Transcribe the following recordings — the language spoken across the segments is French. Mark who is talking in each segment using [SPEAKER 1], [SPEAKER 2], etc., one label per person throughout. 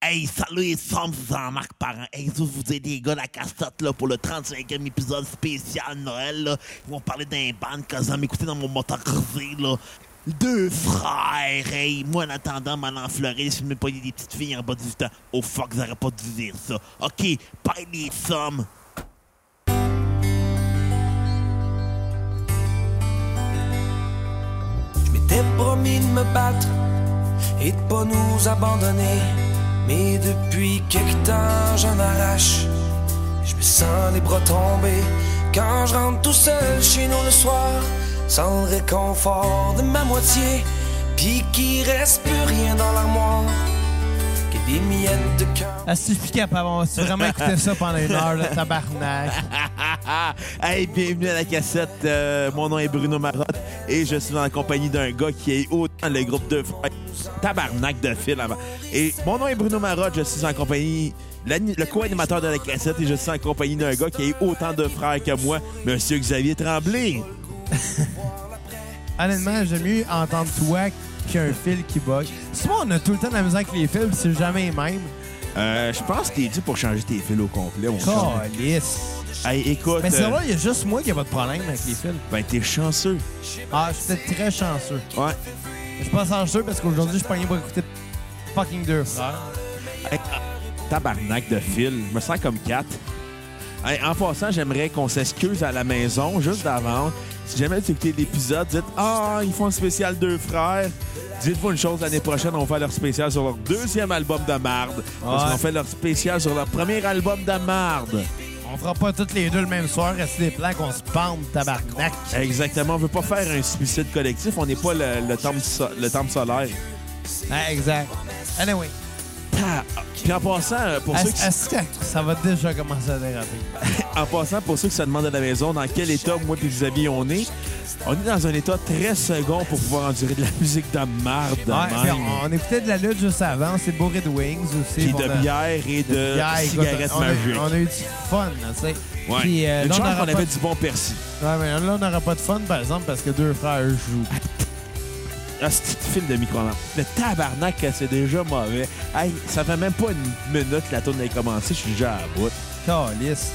[SPEAKER 1] Hey, salut les sommes, c'est Jean-Marc Parent. Hey, je vous ai des gars de la cassotte là, pour le 35e épisode spécial Noël. Là. Ils vont parler d'un band que j'aime écouter dans mon motorisé. Là. Deux frères. Hey, moi, en attendant, m'en enfleurer, je me pas des petites filles en bas de 18 ans. Oh fuck, j'aurais pas dû dire ça. Ok, paye les sommes.
[SPEAKER 2] Je m'étais promis de me battre et de pas nous abandonner. Mais depuis quelque temps, j'en arrache. Je me sens les bras tombés quand je rentre tout seul chez nous le soir, sans le réconfort de ma moitié. Puis qu'il reste plus rien dans l'armoire que des miettes de cœur.
[SPEAKER 3] Ah, si je suis capable, on va vraiment écouter ça pendant une heure, le tabarnak.
[SPEAKER 1] Ah, hey, bienvenue à la cassette. Euh, mon nom est Bruno Marotte et je suis en compagnie d'un gars qui est autant le groupe de frères tabarnak de fil avant. Et mon nom est Bruno Marotte, je suis en compagnie l'ani- le co-animateur de la cassette et je suis en compagnie d'un gars qui a autant de frères que moi, Monsieur Xavier Tremblay.
[SPEAKER 3] Honnêtement, j'aime mieux entendre toi qu'un fil qui bug. Souvent, on a tout le temps de la musique avec les fils, pis c'est jamais les mêmes.
[SPEAKER 1] Euh, je pense qu'il est dû pour changer tes fils au complet. mon chum.
[SPEAKER 3] Calice.
[SPEAKER 1] Hey, écoute,
[SPEAKER 3] Mais c'est
[SPEAKER 1] euh,
[SPEAKER 3] vrai, il y a juste moi qui a pas de problème avec les fils.
[SPEAKER 1] ben t'es chanceux.
[SPEAKER 3] Ah, je suis peut-être très chanceux.
[SPEAKER 1] Ouais.
[SPEAKER 3] Je suis pas chanceux parce qu'aujourd'hui, je suis pogné pour écouter fucking deux frères.
[SPEAKER 1] Hey, ah, tabarnak de fil. Je me sens comme 4. en passant, j'aimerais qu'on s'excuse à la maison juste d'avant. Si jamais tu écoutes l'épisode, dites Ah, ils font un spécial deux frères. Dites-vous une chose, l'année prochaine, on va faire leur spécial sur leur deuxième album de marde. Parce
[SPEAKER 3] Ouais.
[SPEAKER 1] qu'on fait leur spécial sur leur premier album de marde.
[SPEAKER 3] On fera pas toutes les deux le même soir, rester des plans qu'on se pende, tabarnak.
[SPEAKER 1] Exactement. On veut pas faire un suicide collectif. On n'est pas le, le temple, so- le temple solaire.
[SPEAKER 3] Ah, exact. Anyway,
[SPEAKER 1] Ta- Ah, Puis en passant, euh, pour ceux qui...
[SPEAKER 3] est-ce que ça va déjà commencer à déraper?
[SPEAKER 1] En passant, pour ceux qui se demandent à la maison dans quel état moi et Xavier on est, on est dans un état très second pour pouvoir endurer de la musique de marde de
[SPEAKER 3] Ouais, puis
[SPEAKER 1] même.
[SPEAKER 3] on, on écoutait de la lutte juste avant, c'est bourré de wings aussi.
[SPEAKER 1] Puis
[SPEAKER 3] Bon,
[SPEAKER 1] de
[SPEAKER 3] on a-
[SPEAKER 1] bière et de
[SPEAKER 3] Yeah, écoute,
[SPEAKER 1] cigarettes
[SPEAKER 3] on a-
[SPEAKER 1] magiques.
[SPEAKER 3] On a eu du fun, là, tu sais.
[SPEAKER 1] Ouais.
[SPEAKER 3] Puis, euh,
[SPEAKER 1] Une
[SPEAKER 3] là, on
[SPEAKER 1] chance
[SPEAKER 3] n'aura
[SPEAKER 1] qu'on
[SPEAKER 3] pas
[SPEAKER 1] avait
[SPEAKER 3] de-
[SPEAKER 1] du bon persil.
[SPEAKER 3] Ouais, mais là, on n'aura pas de fun, par exemple, parce que deux frères jouent.
[SPEAKER 1] Ah, Un petit fil de micro -ondes. Le tabarnak, que c'est déjà mauvais. Hey, ça fait même pas une minute que la tourne a commencé, je suis déjà à bout.
[SPEAKER 3] Calice.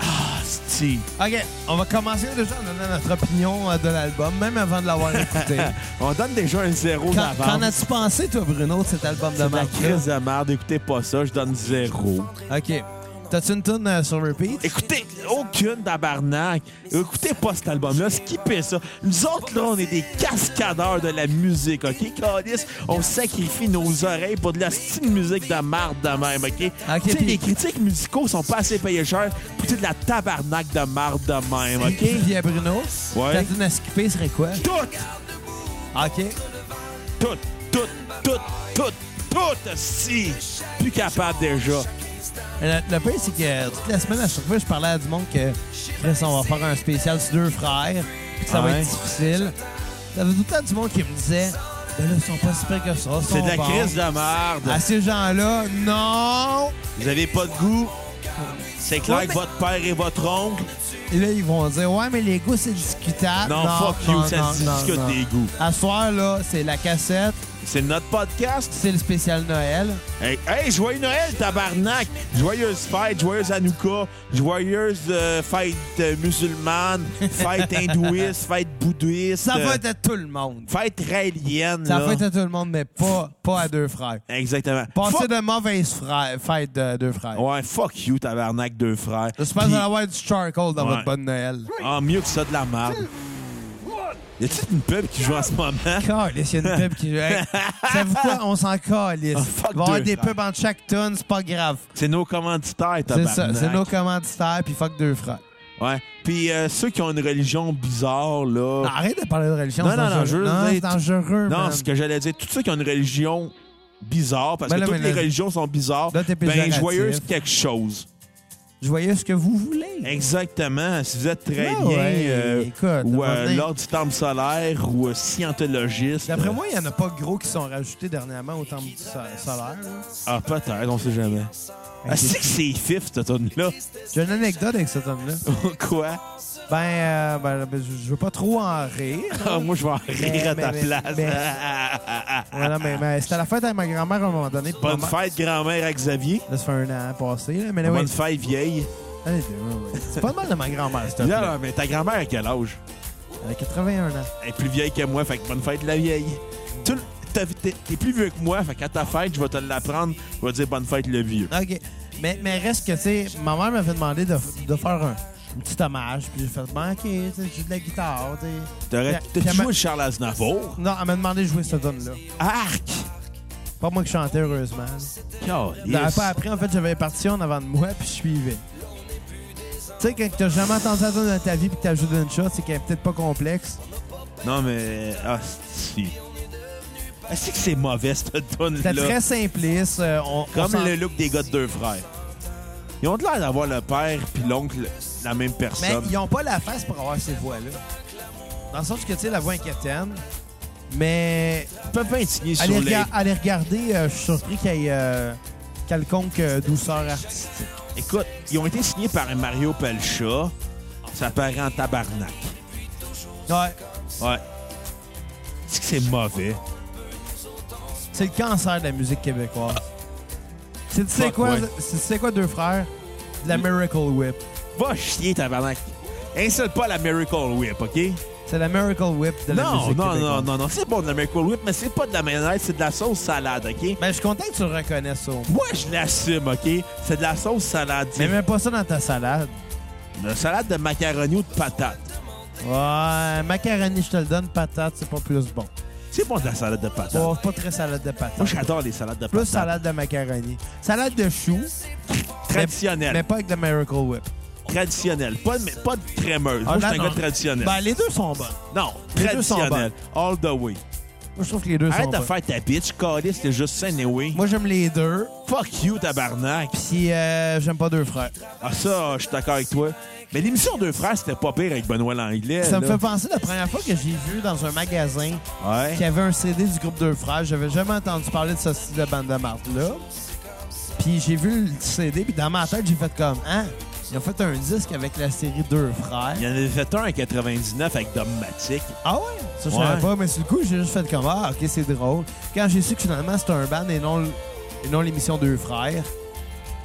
[SPEAKER 1] Ah, c'ti.
[SPEAKER 3] OK, on va commencer déjà en donnant notre opinion euh, de l'album, même avant de l'avoir écouté.
[SPEAKER 1] On donne déjà un zéro
[SPEAKER 3] Qu'en qu'en
[SPEAKER 1] d'avance.
[SPEAKER 3] as-tu pensé, toi, Bruno, de cet album de
[SPEAKER 1] C'est de la
[SPEAKER 3] Marc?
[SPEAKER 1] crise de merde, écoutez pas ça, je donne zéro.
[SPEAKER 3] OK. T'as-tu une tune euh, sur repeat?
[SPEAKER 1] Écoutez, aucune tabarnak. Écoutez pas cet album-là, skippez ça. Nous autres, là, on est des cascadeurs de la musique, OK? Calice, on sacrifie nos oreilles pour de la style musique de marde de même, OK?
[SPEAKER 3] Ah, OK,
[SPEAKER 1] Tu sais,
[SPEAKER 3] puis-
[SPEAKER 1] les critiques musicaux sont pas assez payés cher pour tu sais, de la tabarnak de marde de même, OK?
[SPEAKER 3] Puis à Bruno,
[SPEAKER 1] Ouais.
[SPEAKER 3] ta tune à skipper serait quoi?
[SPEAKER 1] Tout,
[SPEAKER 3] OK.
[SPEAKER 1] tout, tout, tout, tout, tout, si! Plus capable déjà.
[SPEAKER 3] Le, le Euh, pire, c'est que euh, toute la semaine, à chaque fois, je parlais à du monde que Chris, on va faire un spécial sur deux frères, puis que ça va
[SPEAKER 1] Ah Ouais.
[SPEAKER 3] être difficile. Ça avait tout le temps du monde qui me disait Ben là, ils sont pas si pires que ça. ils
[SPEAKER 1] C'est
[SPEAKER 3] sont
[SPEAKER 1] de la
[SPEAKER 3] bons.
[SPEAKER 1] crise de merde.
[SPEAKER 3] À ces gens-là, non
[SPEAKER 1] Vous avez pas de goût. C'est clair
[SPEAKER 3] Ouais,
[SPEAKER 1] que
[SPEAKER 3] mais-
[SPEAKER 1] votre père et votre oncle
[SPEAKER 3] Et là, ils vont dire Ouais, mais les goûts, c'est discutable.
[SPEAKER 1] Non, fuck you, ça se
[SPEAKER 3] non,
[SPEAKER 1] discute
[SPEAKER 3] non.
[SPEAKER 1] des goûts.
[SPEAKER 3] À ce soir, là, c'est la cassette,
[SPEAKER 1] C'est notre podcast.
[SPEAKER 3] c'est le spécial Noël.
[SPEAKER 1] Hey, hey, joyeux Noël, tabarnak! Joyeuse fête, joyeuse Hanouka, joyeuse euh, fête euh, musulmane, fête hindouiste, fête bouddhiste,
[SPEAKER 3] Ça
[SPEAKER 1] euh,
[SPEAKER 3] va être à tout le monde.
[SPEAKER 1] fête raélienne.
[SPEAKER 3] Ça
[SPEAKER 1] là.
[SPEAKER 3] va être à tout le monde, mais pas, pas à deux frères.
[SPEAKER 1] Exactement.
[SPEAKER 3] Passer
[SPEAKER 1] Fuck-
[SPEAKER 3] de mauvaises frères- fêtes de deux frères.
[SPEAKER 1] Ouais, fuck you, tabarnak, deux frères.
[SPEAKER 3] J'espère que
[SPEAKER 1] Puis-
[SPEAKER 3] vous allez avoir du charcoal dans
[SPEAKER 1] Ouais.
[SPEAKER 3] votre bonne Noël.
[SPEAKER 1] Ah, mieux que ça, de la merde. Y a-t-il une pub qui joue en ce moment?
[SPEAKER 3] Calisse, il y a une pub qui. Hey, savez-vous quoi? On s'en calisse.
[SPEAKER 1] Ah, fuck
[SPEAKER 3] Il va y avoir
[SPEAKER 1] deux
[SPEAKER 3] des
[SPEAKER 1] frères.
[SPEAKER 3] pubs en chaque tonne, c'est pas grave.
[SPEAKER 1] C'est nos commanditaires,
[SPEAKER 3] C'est
[SPEAKER 1] tabarnak.
[SPEAKER 3] ça, c'est nos commanditaires, puis fuck deux frères.
[SPEAKER 1] Ouais. Puis euh, ceux qui ont une religion bizarre, là...
[SPEAKER 3] Non, arrête de parler de religion,
[SPEAKER 1] Oh. Non,
[SPEAKER 3] c'est
[SPEAKER 1] non, non, je
[SPEAKER 3] dangereux.
[SPEAKER 1] veux dire-
[SPEAKER 3] c'est dangereux,
[SPEAKER 1] Non,
[SPEAKER 3] man.
[SPEAKER 1] ce que j'allais dire, tous ceux qui ont une religion bizarre, parce
[SPEAKER 3] Ben
[SPEAKER 1] que
[SPEAKER 3] là,
[SPEAKER 1] toutes
[SPEAKER 3] ben
[SPEAKER 1] les
[SPEAKER 3] là,
[SPEAKER 1] religions sont bizarres,
[SPEAKER 3] là, t'es
[SPEAKER 1] ben
[SPEAKER 3] péjoratif.
[SPEAKER 1] joyeuse quelque chose.
[SPEAKER 3] Je voyais ce que vous voulez.
[SPEAKER 1] Exactement. Si vous êtes très
[SPEAKER 3] Ah
[SPEAKER 1] bien,
[SPEAKER 3] ouais,
[SPEAKER 1] euh,
[SPEAKER 3] écoute,
[SPEAKER 1] ou
[SPEAKER 3] à un moment
[SPEAKER 1] euh,
[SPEAKER 3] donné-
[SPEAKER 1] Lord du Temple solaire, ou euh, scientologiste. euh,
[SPEAKER 3] D'après moi, il n'y en a pas gros qui sont rajoutés dernièrement au temple du so- solaire. là.
[SPEAKER 1] Ah, peut-être, on sait jamais. Ah,
[SPEAKER 3] Ok.
[SPEAKER 1] c'est que c'est fif, cette tonne là
[SPEAKER 3] J'ai une anecdote avec cet homme-là.
[SPEAKER 1] Quoi?
[SPEAKER 3] Ben, euh, ben, ben, je je veux pas trop en rire.
[SPEAKER 1] Ah, moi, je vais en rire à
[SPEAKER 3] mais-
[SPEAKER 1] ta
[SPEAKER 3] mais-
[SPEAKER 1] place.
[SPEAKER 3] mais-
[SPEAKER 1] Ah, ah, ah, ah.
[SPEAKER 3] Voilà, mais, mais c'était la fête avec ma grand-mère à un moment donné. puis
[SPEAKER 1] Bonne
[SPEAKER 3] maman- Ben
[SPEAKER 1] fête, grand-mère à Xavier.
[SPEAKER 3] Là, ça fait un an passé. Là, mais là,
[SPEAKER 1] Bonne fête, vieille.
[SPEAKER 3] Allez, ouais, ouais. C'est pas mal de ma grand-mère, cette
[SPEAKER 1] Là, mais ta grand-mère à quel âge? hein.
[SPEAKER 3] Elle a 81 ans.
[SPEAKER 1] Elle est plus vieille que moi, fait que bonne fête, la vieille. Tu le- t'as- T'es t'es plus vieux que moi, fait qu'à ta fête, je vais te l'apprendre. Je vais dire bonne fête, le vieux.
[SPEAKER 3] OK. Mais, mais reste que, tu sais, ma mère m'avait demandé de, de faire un, un petit hommage. Puis j'ai fait, ben, OK, tu sais, j'ai de la guitare, tu sais.
[SPEAKER 1] T'aurais-
[SPEAKER 3] Puis- puis
[SPEAKER 1] T'as-tu
[SPEAKER 3] elle m'a-
[SPEAKER 1] joué Charles Aznavour?
[SPEAKER 3] Non, elle m'a demandé de jouer cette donne-là.
[SPEAKER 1] Arc!
[SPEAKER 3] Pas moi qui chantais, heureusement.
[SPEAKER 1] Calisse.
[SPEAKER 3] Elle n'avait pas appris. En fait, j'avais parti en avant de moi, puis je suivais. Tu sais, quand t'as jamais entendu la donne dans ta vie, puis que t'as joué d'une shot, c'est qu'elle est peut-être pas complexe.
[SPEAKER 1] Non, mais. Ah, si. Est-ce que c'est mauvais, cette
[SPEAKER 3] C'était
[SPEAKER 1] donne-là?
[SPEAKER 3] très simpliste. euh, on, on
[SPEAKER 1] Comme
[SPEAKER 3] s'en-
[SPEAKER 1] le look des gars de deux frères. Ils ont de l'air d'avoir le père puis l'oncle la même
[SPEAKER 3] Mais
[SPEAKER 1] personne.
[SPEAKER 3] ils n'ont pas la face pour avoir ces voix-là. Dans le sens que, tu sais, la voix inquiétante, mais
[SPEAKER 1] Ils peuvent pas insigner sur
[SPEAKER 3] allez,
[SPEAKER 1] les.
[SPEAKER 3] rega- allez regarder, euh, je suis surpris qu'il y ait euh, quelconque euh, douceur artistique.
[SPEAKER 1] Écoute, ils ont été signés par Mario Pelcha. Ça paraît en tabarnak.
[SPEAKER 3] Ouais,
[SPEAKER 1] Ouais. Est-ce que c'est mauvais?
[SPEAKER 3] c'est le cancer de la musique québécoise. C'est tu sais
[SPEAKER 1] Fuck,
[SPEAKER 3] quoi,
[SPEAKER 1] ouais. Hmm?
[SPEAKER 3] c'est tu sais quoi deux frères? De la Miracle Whip.
[SPEAKER 1] Va chier, tabarnak. Insulte pas la Miracle Whip, OK?
[SPEAKER 3] C'est la Miracle Whip de la
[SPEAKER 1] non,
[SPEAKER 3] musique
[SPEAKER 1] non,
[SPEAKER 3] québécoise.
[SPEAKER 1] non, non, non. C'est bon de la Miracle Whip, mais c'est pas de la mayonnaise, c'est de la sauce salade, OK?
[SPEAKER 3] Ben, je suis content que tu le reconnaisses, ça. au moins.
[SPEAKER 1] Moi, je l'assume, OK? C'est de la sauce salade.
[SPEAKER 3] Mais mets pas ça dans ta salade.
[SPEAKER 1] De la salade de macaroni ou de patate.
[SPEAKER 3] Ouais, macaroni, je te le donne, patate, c'est pas plus bon.
[SPEAKER 1] C'est bon de la salade de patate.
[SPEAKER 3] Bon, pas très salade de patate.
[SPEAKER 1] Moi, j'adore les salades de
[SPEAKER 3] Oh, Plus
[SPEAKER 1] patate.
[SPEAKER 3] salade de macaroni. Salade de choux,
[SPEAKER 1] Traditionnelle.
[SPEAKER 3] mais pas avec de Miracle Whip.
[SPEAKER 1] Traditionnelle. Pas de, mais pas de crémeuse. Moi, Ah, je suis un gars traditionnel.
[SPEAKER 3] Ben, les deux sont bonnes.
[SPEAKER 1] non,
[SPEAKER 3] les deux sont
[SPEAKER 1] traditionnel. All the way.
[SPEAKER 3] Moi, je trouve que les deux sont
[SPEAKER 1] Arrête de
[SPEAKER 3] bonnes.
[SPEAKER 1] faire ta bitch. Calice, c'est juste ça, anyway.
[SPEAKER 3] Moi, j'aime les deux,
[SPEAKER 1] Fuck you, tabarnak.
[SPEAKER 3] puis euh, j'aime pas deux frères.
[SPEAKER 1] Ah, ça, je suis d'accord avec toi. Mais l'émission Deux Frères, c'était pas pire avec Benoît Langlais.
[SPEAKER 3] Ça me
[SPEAKER 1] Eh, là.
[SPEAKER 3] fait penser la première fois que j'ai vu dans un magasin qu'il y
[SPEAKER 1] Ouais.
[SPEAKER 3] avait un CD du groupe Deux Frères. J'avais jamais entendu parler de ce style de bande de marde là Puis j'ai vu le CD, puis dans ma tête, j'ai fait comme « Hein? Ils ont fait un disque avec la série Deux Frères.
[SPEAKER 1] Il y en avait fait un en 99 avec Dommatic. »
[SPEAKER 3] Ah ouais? Ça, je
[SPEAKER 1] Ouais.
[SPEAKER 3] savais pas, mais sur le coup, j'ai juste fait comme « Ah, OK, c'est drôle. » Quand j'ai su que finalement, c'était un band et non, et non l'émission Deux Frères,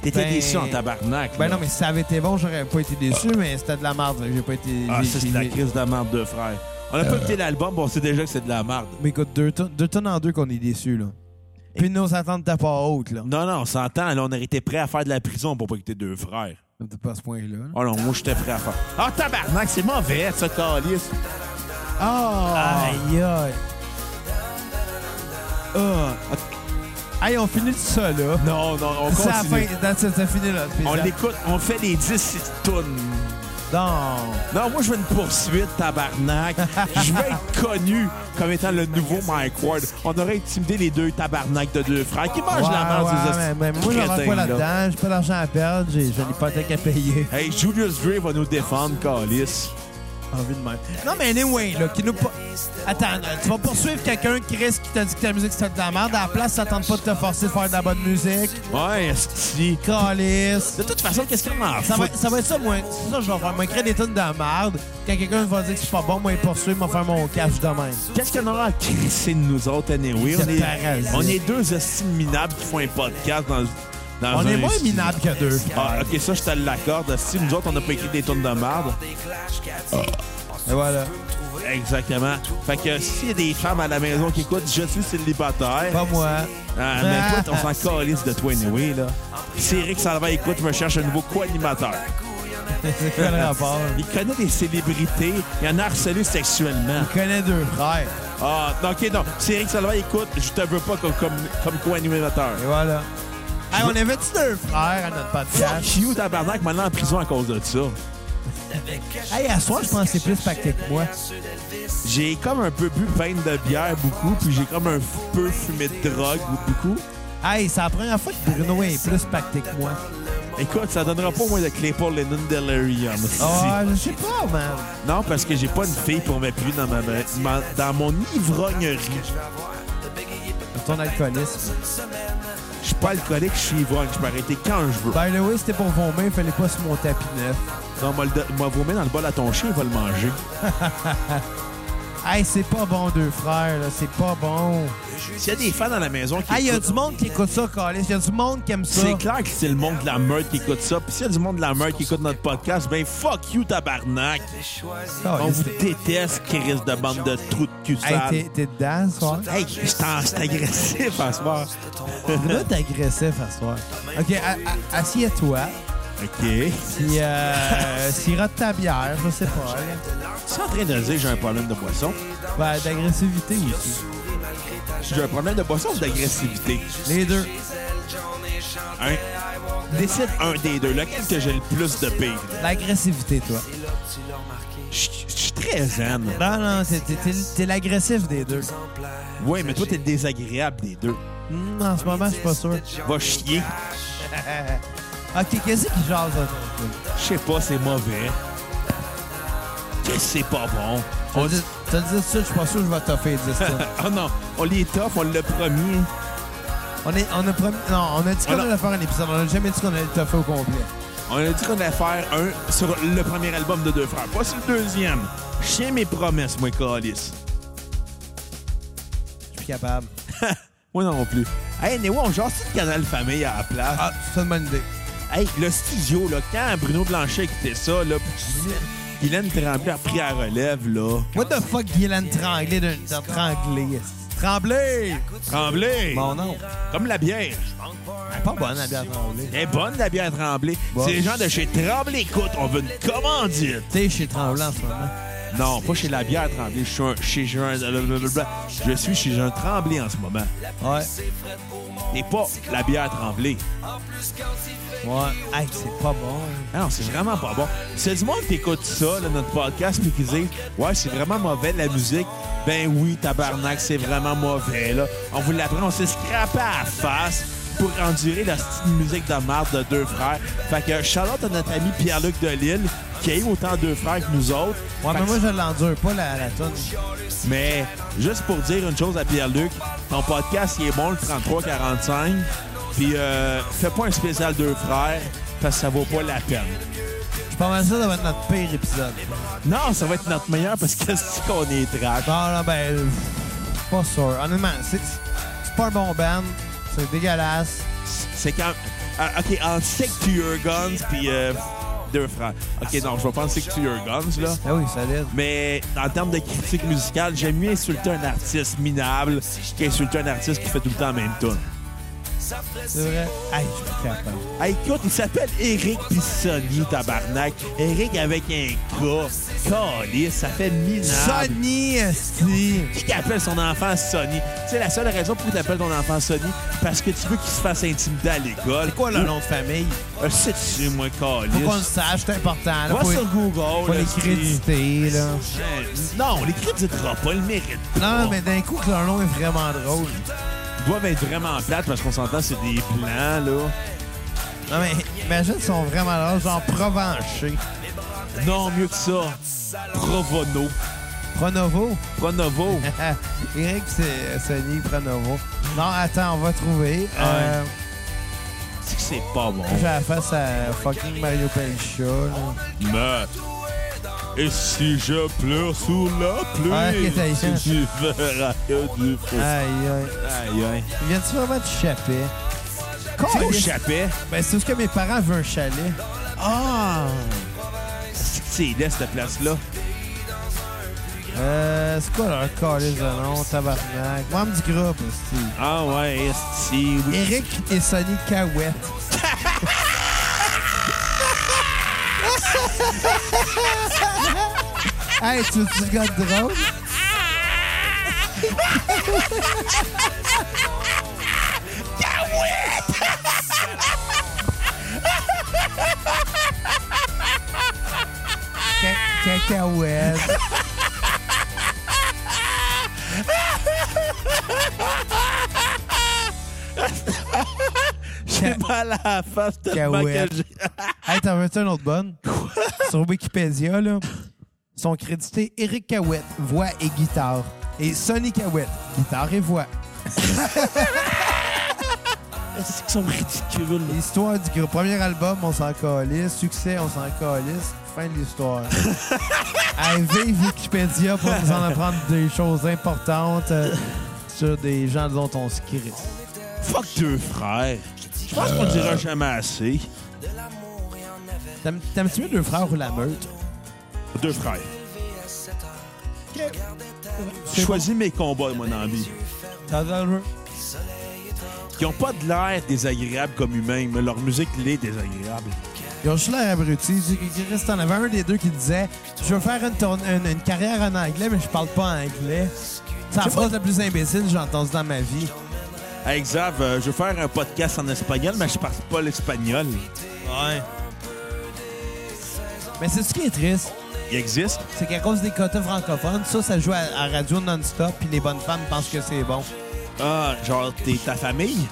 [SPEAKER 1] T'étais
[SPEAKER 3] Ben-
[SPEAKER 1] déçu en tabarnak.
[SPEAKER 3] Ben
[SPEAKER 1] là.
[SPEAKER 3] non, mais si ça avait été bon, j'aurais pas été déçu, mais c'était de la merde. fait que J'ai pas été.
[SPEAKER 1] Ah,
[SPEAKER 3] j'ai-
[SPEAKER 1] ça, c'est
[SPEAKER 3] j'ai-
[SPEAKER 1] de la crise de la merde, Deux Frères. On
[SPEAKER 3] Euh.
[SPEAKER 1] a pas écouté l'album, mais on sait déjà que c'est de la merde.
[SPEAKER 3] Mais écoute, deux, tonnes- deux tonnes en deux qu'on est déçus, là. Puis nos attentes étaient pas hautes, là.
[SPEAKER 1] Non, non, on s'entend. Là, on aurait été prêt à faire de la prison pour pas écouter Deux Frères.
[SPEAKER 3] C'était pas à ce point-là. là.
[SPEAKER 1] Oh non, moi, j'étais prêt à faire. Ah, tabarnak, c'est mauvais, ça, calice.
[SPEAKER 3] Ah! Aïe, aïe. Ah! Aïe, on finit tout ça, là.
[SPEAKER 1] Non, non, on
[SPEAKER 3] C'est la fin.
[SPEAKER 1] continue.
[SPEAKER 3] That's it, ça finit, là.
[SPEAKER 1] On l'écoute, on fait les 10 tonnes.
[SPEAKER 3] Non.
[SPEAKER 1] Non, moi, je veux une poursuite, tabarnak. je veux être connu comme étant le nouveau Mike Ward. On aurait intimidé les deux tabarnak de deux frères qui mangent Ah, la merde
[SPEAKER 3] Ouais,
[SPEAKER 1] des
[SPEAKER 3] ouais,
[SPEAKER 1] hosties
[SPEAKER 3] mais, mais
[SPEAKER 1] de
[SPEAKER 3] moi, j'en ai
[SPEAKER 1] crétins,
[SPEAKER 3] pas
[SPEAKER 1] là.
[SPEAKER 3] là-dedans. J'ai pas d'argent à perdre. J'ai j'ai l'hypothèque à payer.
[SPEAKER 1] Hey, Julius Gray va nous défendre, Calis.
[SPEAKER 3] envie de même. Non, mais anyway, là, qui nous pas. Attends, là, tu vas poursuivre quelqu'un, Chris, qui t'a dit que ta musique c'était de la merde. À la place, ça tente pas de te forcer de faire de la bonne musique.
[SPEAKER 1] Ouais, si.
[SPEAKER 3] Calice.
[SPEAKER 1] De toute façon, qu'est-ce qu'on en
[SPEAKER 3] Ça va,
[SPEAKER 1] fout?
[SPEAKER 3] ça va être ça, moi. C'est ça que je vais faire. Moi, créer des tonnes de la merde. Quand quelqu'un va dire que c'est pas bon, moi, il poursuit, moi, faire mon cash de même.
[SPEAKER 1] Qu'est-ce qu'on aura à crisser de nous autres, anyway?
[SPEAKER 3] C'est
[SPEAKER 1] On est,
[SPEAKER 3] parasite.
[SPEAKER 1] on est deux estimes minables qui font un podcast dans, dans
[SPEAKER 3] On
[SPEAKER 1] un
[SPEAKER 3] est moins
[SPEAKER 1] studio.
[SPEAKER 3] minable que deux.
[SPEAKER 1] Ah, ok, ça, je te l'accorde. Si nous autres, on n'a pas écrit des tonnes de merde.
[SPEAKER 3] Et voilà.
[SPEAKER 1] Exactement. Fait que s'il y a des femmes à la maison qui écoutent Je suis célibataire,
[SPEAKER 3] Pas moi. Ah.
[SPEAKER 1] euh, mais écoute, on s'en calisse de toi, anyway, là. Si Eric Salvaille écoute, je me cherche un nouveau co-animateur.
[SPEAKER 3] C'est quoi le rapport?
[SPEAKER 1] Il connaît des célébrités, il en a harcelé sexuellement.
[SPEAKER 3] Je connais deux frères.
[SPEAKER 1] Ah, non, ok, non. Si Eric Salvaille écoute, je te veux pas comme, comme, comme co-animateur.
[SPEAKER 3] Et voilà. Hey, on avait-tu deux frères à notre podcast?
[SPEAKER 1] Fuck you, tabarnak, maintenant en prison à cause de ça.
[SPEAKER 3] Hey, à soir, je pense que c'est plus pacté que moi.
[SPEAKER 1] J'ai comme un peu bu peine de bière, beaucoup, puis j'ai comme un peu fumé de drogue, beaucoup.
[SPEAKER 3] Hey, c'est la première fois que Bruno est plus pacté que moi.
[SPEAKER 1] Écoute, ça donnera pas moins de Claypool Lennon Delirium. si.
[SPEAKER 3] Ah, je sais pas, man.
[SPEAKER 1] Non, parce que j'ai pas une fille pour m'appuyer dans, ma, ma- dans mon ivrognerie.
[SPEAKER 3] Ton alcoolisme.
[SPEAKER 1] Je suis pas alcoolique, je suis ivrogne. Je peux arrêter quand je veux.
[SPEAKER 3] By the way, c'était pour vomir, il fallait pas sur mon tapis neuf.
[SPEAKER 1] Non, m'a le don- m'a vomi dans le bol à ton chien, il va le manger.
[SPEAKER 3] Hey, c'est pas bon, deux frères, là. C'est pas bon.
[SPEAKER 1] S'il y a des fans à la maison qui
[SPEAKER 3] Hey, y a
[SPEAKER 1] écoutent-
[SPEAKER 3] du monde qui écoute ça, Carlis. Y a du monde qui aime ça.
[SPEAKER 1] C'est clair que c'est le monde de la meute qui écoute ça. Puis s'il y a du monde de la meute qui écoute notre podcast, ben fuck you, tabarnak. On vous déteste, qui risque de bande de trous de cul
[SPEAKER 3] Oh, Hey,
[SPEAKER 1] sale.
[SPEAKER 3] t'es- t'es dedans, ce soir?
[SPEAKER 1] Hey, je t'en- je suis agressif en ce moment.
[SPEAKER 3] Là, t'es agressif à ce soir. OK, a- a- assieds-toi.
[SPEAKER 1] OK.
[SPEAKER 3] Puis, euh, sirote ta bière, je sais pas. là.
[SPEAKER 1] Tu es en train de dire que j'ai un problème de boisson?
[SPEAKER 3] Ben, d'agressivité aussi.
[SPEAKER 1] J'ai un problème de boisson ou d'agressivité?
[SPEAKER 3] Les deux.
[SPEAKER 1] Un. Décide un des deux. Lequel que j'ai le plus de pire?
[SPEAKER 3] L'agressivité, toi.
[SPEAKER 1] Je je suis très zen.
[SPEAKER 3] Non, non, t'es- t'es- t'es t'es l'agressif des deux.
[SPEAKER 1] Oui, mais toi, t'es le désagréable des deux.
[SPEAKER 3] Hmm, en ce moment, je suis pas sûr. Euh,
[SPEAKER 1] Va chier.
[SPEAKER 3] OK, qu'est-ce qui jase autour de toi?
[SPEAKER 1] Je sais pas, c'est mauvais. Qu'est-ce que c'est pas bon?
[SPEAKER 3] On dit, tu le dis tout de suite, je suis pas sûr que je vais t'offrir 10 toi.
[SPEAKER 1] Oh non, on l'étoffe, on l'a promis.
[SPEAKER 3] On, est, on a promis, non, on a dit qu'on
[SPEAKER 1] On a-
[SPEAKER 3] allait faire un épisode. On a jamais dit qu'on allait le toffer au complet.
[SPEAKER 1] On a dit qu'on allait faire un sur le premier album de Deux Frères, pas sur le deuxième. Je tiens mes promesses, moi, Calis.
[SPEAKER 3] Je suis capable.
[SPEAKER 1] Moi non plus. Hey, Néo, on genre le Canal Famille à la place.
[SPEAKER 3] Ah, c'est une bonne idée.
[SPEAKER 1] Hey, le studio, là, quand Bruno Blanchet quittait ça, là, pis Guylaine Tremblay a pris la relève, là.
[SPEAKER 3] What the fuck, Guylaine Tremblay d'une... Tremblay. Tremblay!
[SPEAKER 1] Tremblay!
[SPEAKER 3] Mon nom.
[SPEAKER 1] Comme la bière.
[SPEAKER 3] Elle est pas bonne, la bière Tremblay.
[SPEAKER 1] Elle est bonne, la bière Tremblay.
[SPEAKER 3] Bon.
[SPEAKER 1] C'est les gens de chez Tremblay. Écoute, on veut une commandite.
[SPEAKER 3] T'es chez Tremblay en ce moment.
[SPEAKER 1] Non, pas chez la bière Tremblay. Je suis un- chez j'ai un... blablabla. Je suis chez un Tremblay en ce moment.
[SPEAKER 3] Ouais.
[SPEAKER 1] Et pas la bière Tremblay.
[SPEAKER 3] Ouais. Hey, c'est pas bon.
[SPEAKER 1] Ah Non, c'est vraiment pas bon. C'est du monde qui écoute ça, là, notre podcast, puis qui dit Ouais, c'est vraiment mauvais la musique. Ben oui, tabarnak, c'est vraiment mauvais, là. On vous l'apprend, on s'est scrappé à la face pour endurer la petite musique de marde de deux frères. Fait que Charlotte à notre ami Pierre-Luc Delisle, qui a eu autant deux frères que nous autres.
[SPEAKER 3] Ouais,
[SPEAKER 1] Fait
[SPEAKER 3] mais
[SPEAKER 1] que-
[SPEAKER 3] moi, je l'endure pas, la, la toune.
[SPEAKER 1] mais juste pour dire une chose à Pierre-Luc, ton podcast, il est bon, le 33-45. Puis euh, fais pas un spécial deux frères, parce que ça vaut pas la peine.
[SPEAKER 3] Je suis pas mal sûr que ça va être notre pire épisode.
[SPEAKER 1] Non, ça va être notre meilleur parce que c'est qu'on est trash.
[SPEAKER 3] Non, non, ben, pff, pas sûr. Honnêtement, c'est c'est pas un bon band. C'est dégueulasse.
[SPEAKER 1] C'est quand. Ah, ok, en Sick to Your Guns, puis euh, deux frères. Ok, non, je vais prendre Sick to Your Guns, là.
[SPEAKER 3] Ah oui, solide.
[SPEAKER 1] Mais en termes de critique musicale, j'aime mieux insulter un artiste minable qu'insulter un artiste qui fait tout le temps la même tune.
[SPEAKER 3] C'est vrai. Hey, je suis plus capable.
[SPEAKER 1] Hey, Ah, écoute, il s'appelle Eric Pissoni, tabarnak. Eric avec un K. Calice, ça fait minable.
[SPEAKER 3] Ah, Sonny, esti.
[SPEAKER 1] Qui qui appelle son enfant Sonny? C'est la seule raison pour que tu appelles ton enfant Sonny, parce que tu veux qu'il se fasse intimider à l'école.
[SPEAKER 3] C'est quoi le nom de famille?
[SPEAKER 1] Euh, C'est-tu, moi,
[SPEAKER 3] Faut qu'on le
[SPEAKER 1] calice?
[SPEAKER 3] sache, c'est important. Là,
[SPEAKER 1] Va
[SPEAKER 3] faut,
[SPEAKER 1] sur Google.
[SPEAKER 3] faut
[SPEAKER 1] là,
[SPEAKER 3] les
[SPEAKER 1] c'est-
[SPEAKER 3] créditer, là.
[SPEAKER 1] Hey, Non, on les créditera pas, ils le méritent pas.
[SPEAKER 3] Non, mais d'un coup, que leur nom est vraiment drôle.
[SPEAKER 1] Ils doivent être vraiment plates parce qu'on s'entend, c'est des plans, là.
[SPEAKER 3] Non, mais imagine, ils sont vraiment drôles, genre Provencher.
[SPEAKER 1] Non, mieux que ça. Provono.
[SPEAKER 3] Pronovo.
[SPEAKER 1] Pronovo.
[SPEAKER 3] Eric, c'est Sonny, Pronovo. Non, attends, on va trouver. Euh,
[SPEAKER 1] C'est que c'est pas bon.
[SPEAKER 3] J'ai la face à fucking Mario Pelcha. là.
[SPEAKER 1] Mais. Et si je pleure sous la
[SPEAKER 3] Ah,
[SPEAKER 1] pluie,
[SPEAKER 3] ok, Euh, ça y est.
[SPEAKER 1] tu verras que du feu.
[SPEAKER 3] Aïe, aïe.
[SPEAKER 1] Aïe, aïe.
[SPEAKER 3] Viens-tu vraiment du chapelet?
[SPEAKER 1] C'est au
[SPEAKER 3] Caliste.
[SPEAKER 1] chapelet.
[SPEAKER 3] Ben, c'est parce que mes parents veulent un chalet.
[SPEAKER 1] Ah! C'est que c'est laid, cette place-là.
[SPEAKER 3] Euh, c'est quoi leur calice de nom, tabarnak? Membre du groupe, aussi.
[SPEAKER 1] Ah ouais, esti, oui.
[SPEAKER 3] Eric et Sonny Cahouette. hey, tu veux du gars drôle? Ca- Cacahuète.
[SPEAKER 1] J'ai mal à la face tellement que
[SPEAKER 3] Cacahuète.
[SPEAKER 1] j'ai...
[SPEAKER 3] Hey, t'en veux-tu une autre bonne? Sur Wikipédia, là, sont crédités Eric Cahouette, voix et guitare, et Sonny Cahouette, guitare et voix.
[SPEAKER 1] C'est qu'ils sont ridicules.
[SPEAKER 3] L'histoire du groupe. Premier album, on s'en calisse. Succès, on s'en calisse. Fin de l'histoire. Allez, vive Wikipédia pour nous en apprendre des choses importantes euh, sur des gens dont on se crisse.
[SPEAKER 1] Fuck deux frères. Je pense qu'on dira jamais assez.
[SPEAKER 3] T'aimes- T'aimes-tu mieux deux frères ou la meute?
[SPEAKER 1] Deux frères. Je choisis mes combats, mon ami.
[SPEAKER 3] T'as dans le-
[SPEAKER 1] Ils ont pas de l'air désagréable comme humains, mais leur musique l'est désagréable.
[SPEAKER 3] Ils ont juste l'air abrutis. Chris, t'en avais un des deux qui disait Je veux faire une, tourne- une- une carrière en anglais, mais je parle pas anglais. C'est la phrase la plus imbécile que j'ai entendue dans ma vie.
[SPEAKER 1] Hey, Xav, euh, je veux faire un podcast en espagnol, mais je parle pas l'espagnol.
[SPEAKER 3] Ouais. Mais c'est ce qui est triste.
[SPEAKER 1] Il existe.
[SPEAKER 3] C'est qu'à cause des quotas francophones, ça, ça joue à, à radio non-stop, puis les bonnes femmes pensent que c'est bon.
[SPEAKER 1] Ah, genre, t'es ta famille?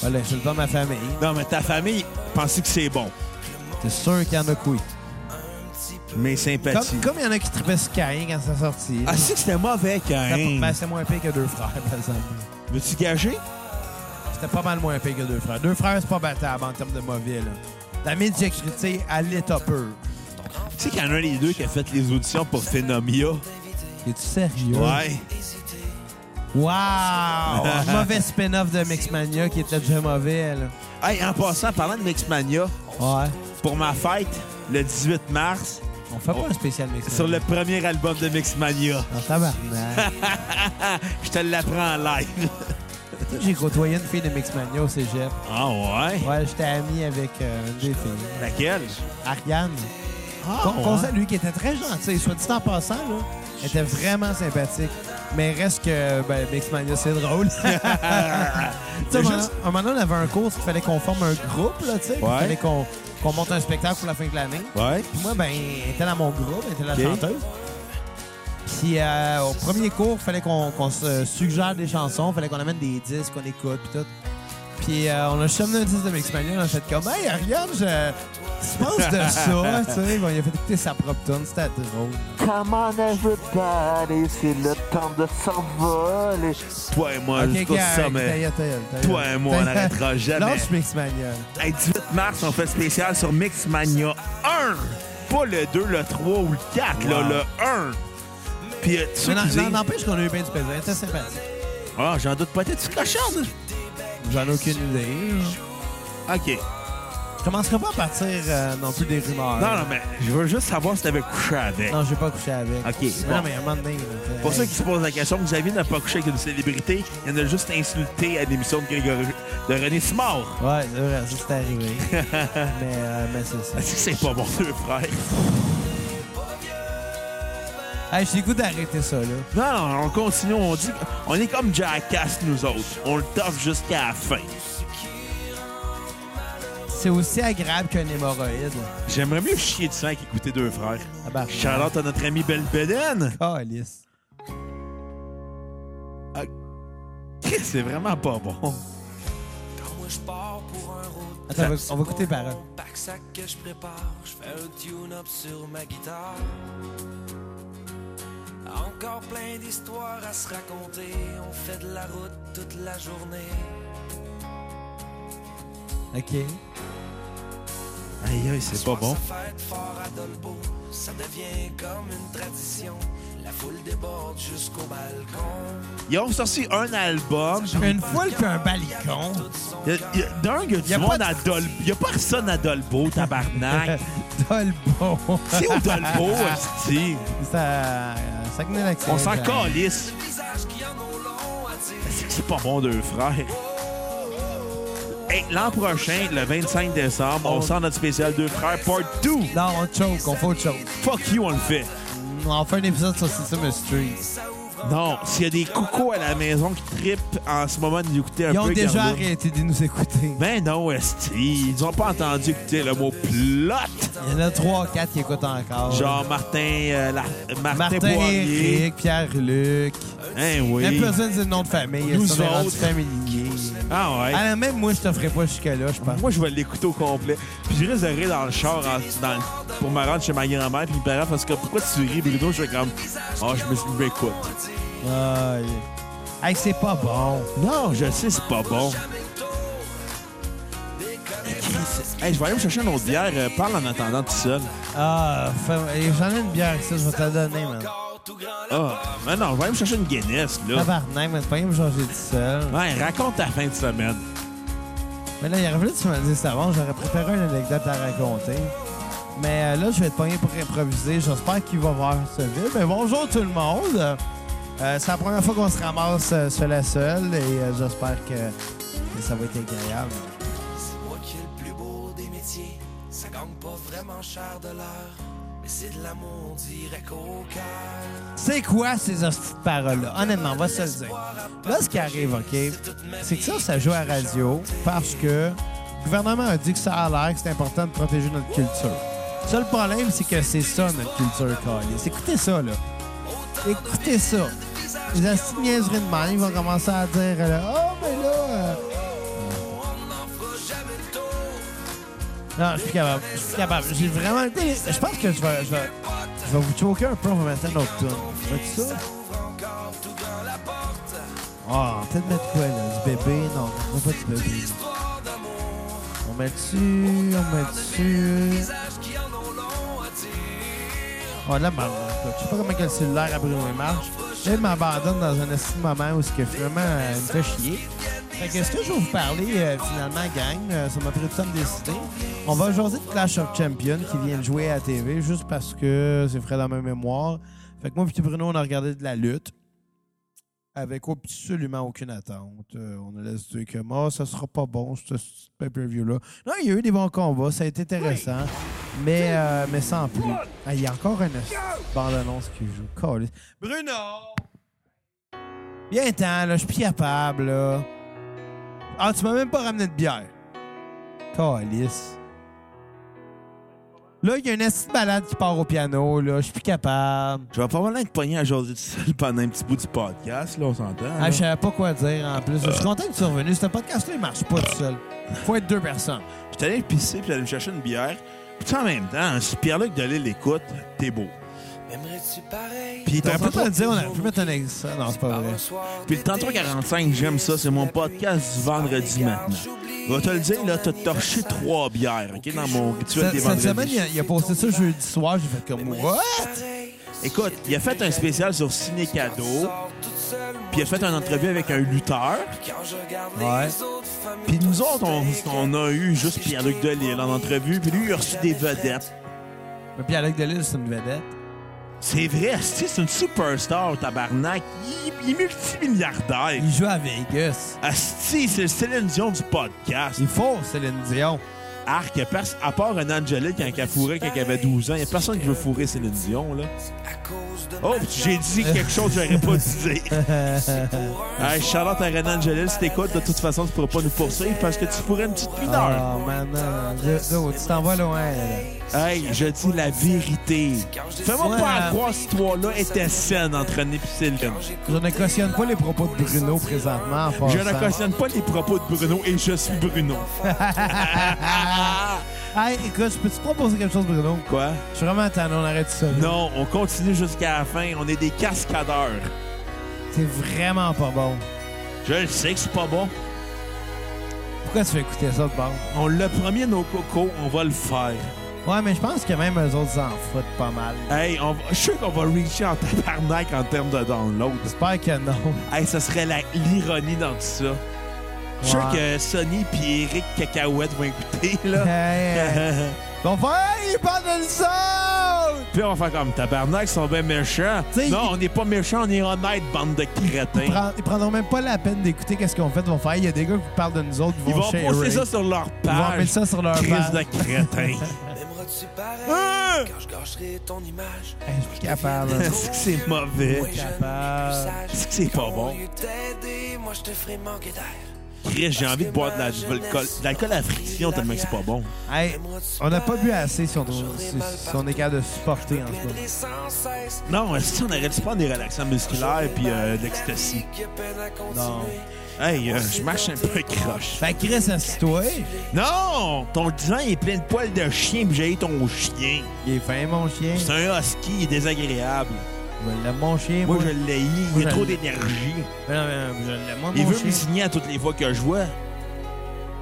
[SPEAKER 3] Voilà, c'est pas ma famille.
[SPEAKER 1] Non, mais ta famille, pensez que c'est bon.
[SPEAKER 3] T'es sûr qu'il y en a qui.
[SPEAKER 1] Mes
[SPEAKER 3] Comme
[SPEAKER 1] sympathies.
[SPEAKER 3] comme il y en a qui tripaient sur Caïn quand ça sortit.
[SPEAKER 1] Ah, si que c'était mauvais,
[SPEAKER 3] C'était
[SPEAKER 1] Cain.
[SPEAKER 3] pas- ben, c'est moins pire que deux frères, par exemple.
[SPEAKER 1] Veux-tu gager?
[SPEAKER 3] C'était pas mal moins pire que deux frères. Deux frères, c'est pas battable en termes de mauvais, là. La médiocrité à l'état pur.
[SPEAKER 1] Tu sais qu'il y en a un des deux qui a fait les auditions pour Phenomia.
[SPEAKER 3] Es-tu sérieux?
[SPEAKER 1] Ouais.
[SPEAKER 3] Wow! Un mauvais spin-off de Mixmania qui était déjà mauvais, là.
[SPEAKER 1] Hey, en passant, parlant de Mixmania,
[SPEAKER 3] Ouais.
[SPEAKER 1] pour ma fête, le 18 mars,
[SPEAKER 3] On fait pas un spécial Mixmania.
[SPEAKER 1] sur le premier album de Mixmania,
[SPEAKER 3] En tabarnak.
[SPEAKER 1] je te l'apprends en live.
[SPEAKER 3] J'ai côtoyé une fille de Mixmania au cégep.
[SPEAKER 1] Ah ouais?
[SPEAKER 3] Ouais, j'étais ami avec euh, une des filles.
[SPEAKER 1] Laquelle?
[SPEAKER 3] Ariane.
[SPEAKER 1] Ah,
[SPEAKER 3] Qu'on qu'on
[SPEAKER 1] ouais.
[SPEAKER 3] salue, qui était très gentille. Soit dit en passant, là, elle était vraiment sympathique. Mais reste que, ben, Mixmania, c'est drôle. tu sais, à un moment-
[SPEAKER 1] juste-
[SPEAKER 3] à un moment donné, on avait un cours qu'il fallait qu'on forme un groupe, là, tu sais. puis Il
[SPEAKER 1] Ouais.
[SPEAKER 3] fallait qu'on qu'on monte un spectacle pour la fin de l'année.
[SPEAKER 1] Ouais.
[SPEAKER 3] Puis moi, ben, elle était dans mon groupe, elle était la
[SPEAKER 1] Ok.
[SPEAKER 3] chanteuse. Puis euh, au premier cours, il fallait qu'on qu'on se suggère des chansons, il fallait qu'on amène des disques, qu'on écoute, puis tout. Puis euh, on a juste amené un disque de Mixmania, on a fait comme « Hey, Ariane, je... tu penses de ça? » Tu sais, bon, il a fait écouter sa propre tune, c'était drôle.
[SPEAKER 4] Come on everybody, c'est le temps de s'envoler.
[SPEAKER 1] Toi et moi,
[SPEAKER 3] Ok,
[SPEAKER 1] jusqu'au
[SPEAKER 3] gars,
[SPEAKER 1] sommet.
[SPEAKER 3] taille, taille, taille.
[SPEAKER 1] Toi et moi, on
[SPEAKER 3] Taille.
[SPEAKER 1] n'arrêtera jamais.
[SPEAKER 3] Lâche Mixmania.
[SPEAKER 1] Hey, 18 mars, on fait spécial sur Mixmania 1. Pas le 2, le 3 ou le 4, là,
[SPEAKER 3] Wow.
[SPEAKER 1] le 1. Puis euh, tu sais
[SPEAKER 3] Mais n'en-
[SPEAKER 1] qui disent-
[SPEAKER 3] n'en- N'empêche qu'on a eu bien du plaisir, c'était sympathique.
[SPEAKER 1] Ah, j'en doute pas. T'es-tu cochonne?
[SPEAKER 3] J'en ai aucune idée.
[SPEAKER 1] OK.
[SPEAKER 3] Je commencerai pas à partir euh, non plus des rumeurs.
[SPEAKER 1] Non, non, mais je veux juste savoir si t'avais couché avec.
[SPEAKER 3] Non, j'ai pas couché avec.
[SPEAKER 1] Ok,
[SPEAKER 3] Non,
[SPEAKER 1] bon.
[SPEAKER 3] mais à un moment donné. là, t'sais,
[SPEAKER 1] Pour ceux
[SPEAKER 3] hey,
[SPEAKER 1] qui se posent la question, Xavier n'a pas couché avec une célébrité. Il en a juste insulté à l'émission de, Grégory... de René Simard.
[SPEAKER 3] Ouais, c'est vrai, ça c'est arrivé. mais euh, mais c'est ça.
[SPEAKER 1] Est-ce que Ah, c'est pas mon deux frères?
[SPEAKER 3] Hey, j'ai le goût d'arrêter ça, là.
[SPEAKER 1] Non, non, on continue. On dit on est comme Jackass, nous autres. On le toffe jusqu'à la fin.
[SPEAKER 3] C'est aussi agréable qu'un hémorroïde.
[SPEAKER 1] J'aimerais mieux chier de sang qu'écouter deux frères.
[SPEAKER 3] Ah bah.
[SPEAKER 1] Charlotte à notre ami Belle Beden.
[SPEAKER 3] Oh, lisse.
[SPEAKER 1] C'est vraiment pas bon.
[SPEAKER 2] Quand moi je pars pour un road
[SPEAKER 3] Attends, on va, on va écouter les paroles.
[SPEAKER 2] Mon pack-sac que je prépare, je fais un tune-up sur ma guitare. Encore plein d'histoires à se raconter, on fait de la route toute la journée.
[SPEAKER 3] OK.
[SPEAKER 1] Aïe, aïe, c'est pas bon.
[SPEAKER 2] Ça fête fort à Dolbeau, ça devient comme une tradition. La foule déborde jusqu'au balcon.
[SPEAKER 1] Ils ont sorti un album.
[SPEAKER 3] Une foule qu'un balicon.
[SPEAKER 1] Il y a- il y a- D'un, il y a du
[SPEAKER 3] Y a
[SPEAKER 1] monde
[SPEAKER 3] pas de-
[SPEAKER 1] à Dol... Il y a personne à Dolbeau, tabarnak.
[SPEAKER 3] Dolbo.
[SPEAKER 1] C'est au Dolbeau, hostie.
[SPEAKER 3] ça. euh, Ça connaît l'accent.
[SPEAKER 1] On s'en
[SPEAKER 3] là.
[SPEAKER 1] calisse.
[SPEAKER 2] Visage qui en ont long à dire.
[SPEAKER 1] C'est que c'est pas bon, deux frères. Hey, L'an prochain, le 25 décembre, on sort notre spécial Deux frères Part 2.
[SPEAKER 3] Non, on choke, on fait autre chose.
[SPEAKER 1] Fuck you, on le fait.
[SPEAKER 3] On fait un épisode sur Sesame Street.
[SPEAKER 1] Non, s'il y a des cocos à la maison qui trippent en ce moment de nous écouter un
[SPEAKER 3] Ils
[SPEAKER 1] peu...
[SPEAKER 3] ont déjà
[SPEAKER 1] garde-le.
[SPEAKER 3] arrêté de nous écouter.
[SPEAKER 1] Ben non, Esti. Ils ont pas entendu écouter le mot plot.
[SPEAKER 3] Il y en a 3-4 qui écoutent encore.
[SPEAKER 1] Genre Martin, euh, la- euh, Martin,
[SPEAKER 3] Martin,
[SPEAKER 1] Poirier.
[SPEAKER 3] Eric, Pierre-Luc.
[SPEAKER 1] Hein,
[SPEAKER 3] Il n'y a
[SPEAKER 1] oui.
[SPEAKER 3] plus besoin de dire le nom de famille.
[SPEAKER 1] Nous
[SPEAKER 3] Nous on est rendu
[SPEAKER 1] autres.
[SPEAKER 3] familier.
[SPEAKER 1] Ah ouais.
[SPEAKER 3] Ah, même moi, je t'offrais pas jusque-là, je pense.
[SPEAKER 1] Moi, je vais l'écouter au complet. Puis je risque de rire dans le char en- dans le- pour me rendre chez ma grand-mère. Puis mes parents, parce que pourquoi tu ris, Bruno? Je fais comme, oh, je me suis dit, écoute.
[SPEAKER 3] Aïe. Hey, c'est pas bon.
[SPEAKER 1] Non, je sais, c'est pas bon. Chris, c'est- Hey, je vais aller me chercher une autre bière. Euh, parle en attendant tout seul.
[SPEAKER 3] Ah, fais- j'en ai une bière ici, je vais te la donner, man.
[SPEAKER 1] Ah, mais non, je vais aller me chercher une Guinness, là.
[SPEAKER 3] Tabarnak, mais c'est pas me changer tout seul.
[SPEAKER 1] Ouais, raconte ta fin de semaine.
[SPEAKER 3] Mais là, il aurait fallu que tu me le dises avant. J'aurais préparé une anecdote à raconter. Mais euh, là, je vais être pogné pour improviser. J'espère qu'il va voir ce vide. Mais bonjour tout le monde. Euh, c'est la première fois qu'on se ramasse euh, seul à seul et euh, j'espère que, que ça va être agréable.
[SPEAKER 2] C'est moi qui ai le plus beau des métiers. Ça gagne pas vraiment cher de l'heure. Mais c'est de l'amour direct au cœur.
[SPEAKER 3] C'est quoi ces hosties de paroles-là? Honnêtement, on va se le dire. Là, ce qui arrive, OK, c'est que ça, ça joue à radio parce que le gouvernement a dit que ça a l'air que c'est important de protéger notre culture. Ça, le problème, c'est que c'est ça, notre culture, câlisse. Écoutez ça, là. Écoutez ça. Les hosties de niaiseries de même, ils vont commencer à dire, là, oh, mais là... euh, Non, je suis plus capable. Je suis plus capable. J'ai vraiment le délire. Je pense que je vais, je vais, je vais vous choquer un peu. On va mettre un autre tour. Fais-tu ça? Ah, peut-être mettre quoi, là? Du bébé? Non, on va pas du bébé. On met dessus, on met dessus. Oh, de la merde. là. Je sais pas comment que le cellulaire a brûlé mes marches. Là, il m'abandonne dans un estime moment où ce que vraiment euh, il me fait chier. Fait que ce que je vais vous parler, euh, finalement, gang, euh, ça m'a pris du temps de décider. On va jaser de Clash of Champions qui vient de jouer à la TV juste parce que c'est frais dans ma mémoire. Fait que moi et Bruno, on a regardé de la lutte avec absolument aucune attente. Euh, on a laissé dire que moi, ça sera pas bon, ce ce pay-per-view-là. Non, il y a eu des bons combats, ça a été intéressant, mais, euh, mais sans plus. Ah, il y a encore une bande-annonce qui joue. Caliste. Bruno! Bien temps, là, je suis plus capable, là. Ah, tu m'as même pas ramené de bière. Calice. Là, il y a une petite balade qui part au piano, là. Je suis plus capable.
[SPEAKER 1] Je vais pas mal être pogné à jaser tout seul pendant un petit bout du podcast, là, on s'entend. là.
[SPEAKER 3] Ah, je savais pas quoi dire en plus. Je suis content que tu sois revenu. Ce podcast-là, il marche pas tout seul. Faut être deux personnes.
[SPEAKER 1] J'étais allé pisser, puis j'allais me chercher une bière. Puis tu sais, en même temps, si Pierre-Luc Delisle l'écoute, t'es beau.
[SPEAKER 2] M'aimerais-tu pareil?
[SPEAKER 1] Puis
[SPEAKER 3] T'aurais pas
[SPEAKER 1] tantôt-
[SPEAKER 3] pu le dire, on aurait pu mettre un ex. Ah, Non, c'est pas vrai.
[SPEAKER 1] Puis le tantôt 45, j'aime ça, c'est mon podcast du vendredi maintenant. Je vais te le dire, là, t'as torché trois bières, OK, dans mon rituel des
[SPEAKER 3] Cette, cette semaine, il
[SPEAKER 1] vendredis.
[SPEAKER 3] a, il a posté ça jeudi soir. J'ai fait comme, what?
[SPEAKER 1] Écoute, il a fait un spécial sur Ciné Cadeau, puis il a fait une entrevue avec un lutteur.
[SPEAKER 3] Ouais.
[SPEAKER 1] Puis nous autres, on, on a eu juste Pierre-Luc Delisle en entrevue, puis lui, il a reçu des vedettes.
[SPEAKER 3] Mais puis Alec Delisle, c'est une vedette.
[SPEAKER 1] C'est vrai, c'est c'est une superstar, tabarnak. Il, il est multimilliardaire.
[SPEAKER 3] Il joue à Vegas.
[SPEAKER 1] Asti, c'est le Céline Dion du podcast.
[SPEAKER 3] Il faut, Céline Dion.
[SPEAKER 1] Arc, y a pers- à part un Angelique quand elle fourrait quand elle avait 12 ans, il a personne qui veut fourrer Céline Dion, là. Oh, puis j'ai dit quelque chose que j'aurais pas dû dire. hey, Charlotte à Renan Angelil, si t'écoutes, de toute façon, tu pourras pas nous poursuivre parce que tu fourrais une petite mineure.
[SPEAKER 3] Oh, man, non, non. Je- yo, tu t'en vas loin, là.
[SPEAKER 1] Hey, je dis la vérité. Fais-moi
[SPEAKER 3] Ouais.
[SPEAKER 1] pas à croire que cette histoire-là était saine entre Nip et Céline.
[SPEAKER 3] Je ne cautionne pas les propos de Bruno présentement. en
[SPEAKER 1] Je
[SPEAKER 3] passant.
[SPEAKER 1] ne cautionne pas les propos de Bruno et je suis Bruno.
[SPEAKER 3] Hey, écoute, je peux-tu proposer quelque chose, Bruno?
[SPEAKER 1] Quoi?
[SPEAKER 3] Je suis vraiment tanné, on arrête ça. là.
[SPEAKER 1] Non, on continue jusqu'à la fin. On est des cascadeurs.
[SPEAKER 3] C'est vraiment pas bon.
[SPEAKER 1] Je le sais que c'est pas bon.
[SPEAKER 3] Pourquoi tu fais écouter ça de bord?
[SPEAKER 1] On l'a promis à nos cocos, on va le faire.
[SPEAKER 3] Ouais, mais je pense que même eux autres s'en foutent pas mal.
[SPEAKER 1] Hey, on va- je suis sûr qu'on va reacher en tabarnak en termes de download.
[SPEAKER 3] J'espère que non.
[SPEAKER 1] Hey, ça serait la- l'ironie dans tout ça. Je suis sûr
[SPEAKER 3] Ouais.
[SPEAKER 1] que Sony puis Eric Cacahuète vont écouter, là.
[SPEAKER 3] Hey, hey. Bon, frère, il parle de ça!
[SPEAKER 1] puis on va faire comme tabarnak, ils sont bien méchants.
[SPEAKER 3] T'sais,
[SPEAKER 1] non,
[SPEAKER 3] il-
[SPEAKER 1] on n'est pas méchants, on est honnête, bande de
[SPEAKER 3] Ils,
[SPEAKER 1] crétins.
[SPEAKER 3] prend- ils prendront même pas la peine d'écouter qu'est-ce qu'on fait. Ils vont faire, il y a des gars qui parlent de nous autres, ils
[SPEAKER 1] Ils
[SPEAKER 3] vont
[SPEAKER 1] vont
[SPEAKER 3] share.
[SPEAKER 1] poster ça sur leur
[SPEAKER 3] Ils vont
[SPEAKER 1] page.
[SPEAKER 3] mettre ça sur leur
[SPEAKER 1] Crise
[SPEAKER 3] page.
[SPEAKER 1] de crétins.
[SPEAKER 2] M'aimeras-tu pareil?
[SPEAKER 1] Ah!
[SPEAKER 2] Quand je gâcherai ton image.
[SPEAKER 3] Hey, je suis plus capable. là.
[SPEAKER 1] Est-ce que c'est mauvais?
[SPEAKER 2] Moi, je ne
[SPEAKER 3] capable.
[SPEAKER 2] plus sage.
[SPEAKER 1] Est-ce que c'est pas bon?
[SPEAKER 2] Au lieu de t'aider, moi, je te ferai manquer d'air.
[SPEAKER 1] Chris, j'ai envie de boire de la- de l'alcool de l'alcool à friction tellement que c'est pas bon.
[SPEAKER 3] Hey, on n'a pas bu assez si on, si,
[SPEAKER 2] J'aurais mal
[SPEAKER 3] si on est capable de supporter en ce moment.
[SPEAKER 2] Plaindrai sans cesse.
[SPEAKER 1] Non, euh, si on arrête de prendre des relaxants musculaires puis euh, de l'ecstasy.
[SPEAKER 2] Qui a peine à continuer.
[SPEAKER 3] Non.
[SPEAKER 1] Hey, euh, je marche un peu croche.
[SPEAKER 3] Fait que Chris, assis-toi.
[SPEAKER 1] Non! Ton divan est plein de poils de chien puis j'ai ton chien.
[SPEAKER 3] Il est fin, mon chien.
[SPEAKER 1] C'est un husky, il est désagréable.
[SPEAKER 3] Je l'aime, mon chien.
[SPEAKER 1] Moi,
[SPEAKER 3] moi.
[SPEAKER 1] je l'ai
[SPEAKER 3] moi,
[SPEAKER 1] il a
[SPEAKER 3] je
[SPEAKER 1] trop
[SPEAKER 3] l'ai-
[SPEAKER 1] d'énergie.
[SPEAKER 3] Mais non, mais non, je l'aime, moi,
[SPEAKER 1] Il
[SPEAKER 3] mon
[SPEAKER 1] veut me
[SPEAKER 3] chien.
[SPEAKER 1] signer à toutes les fois que je vois.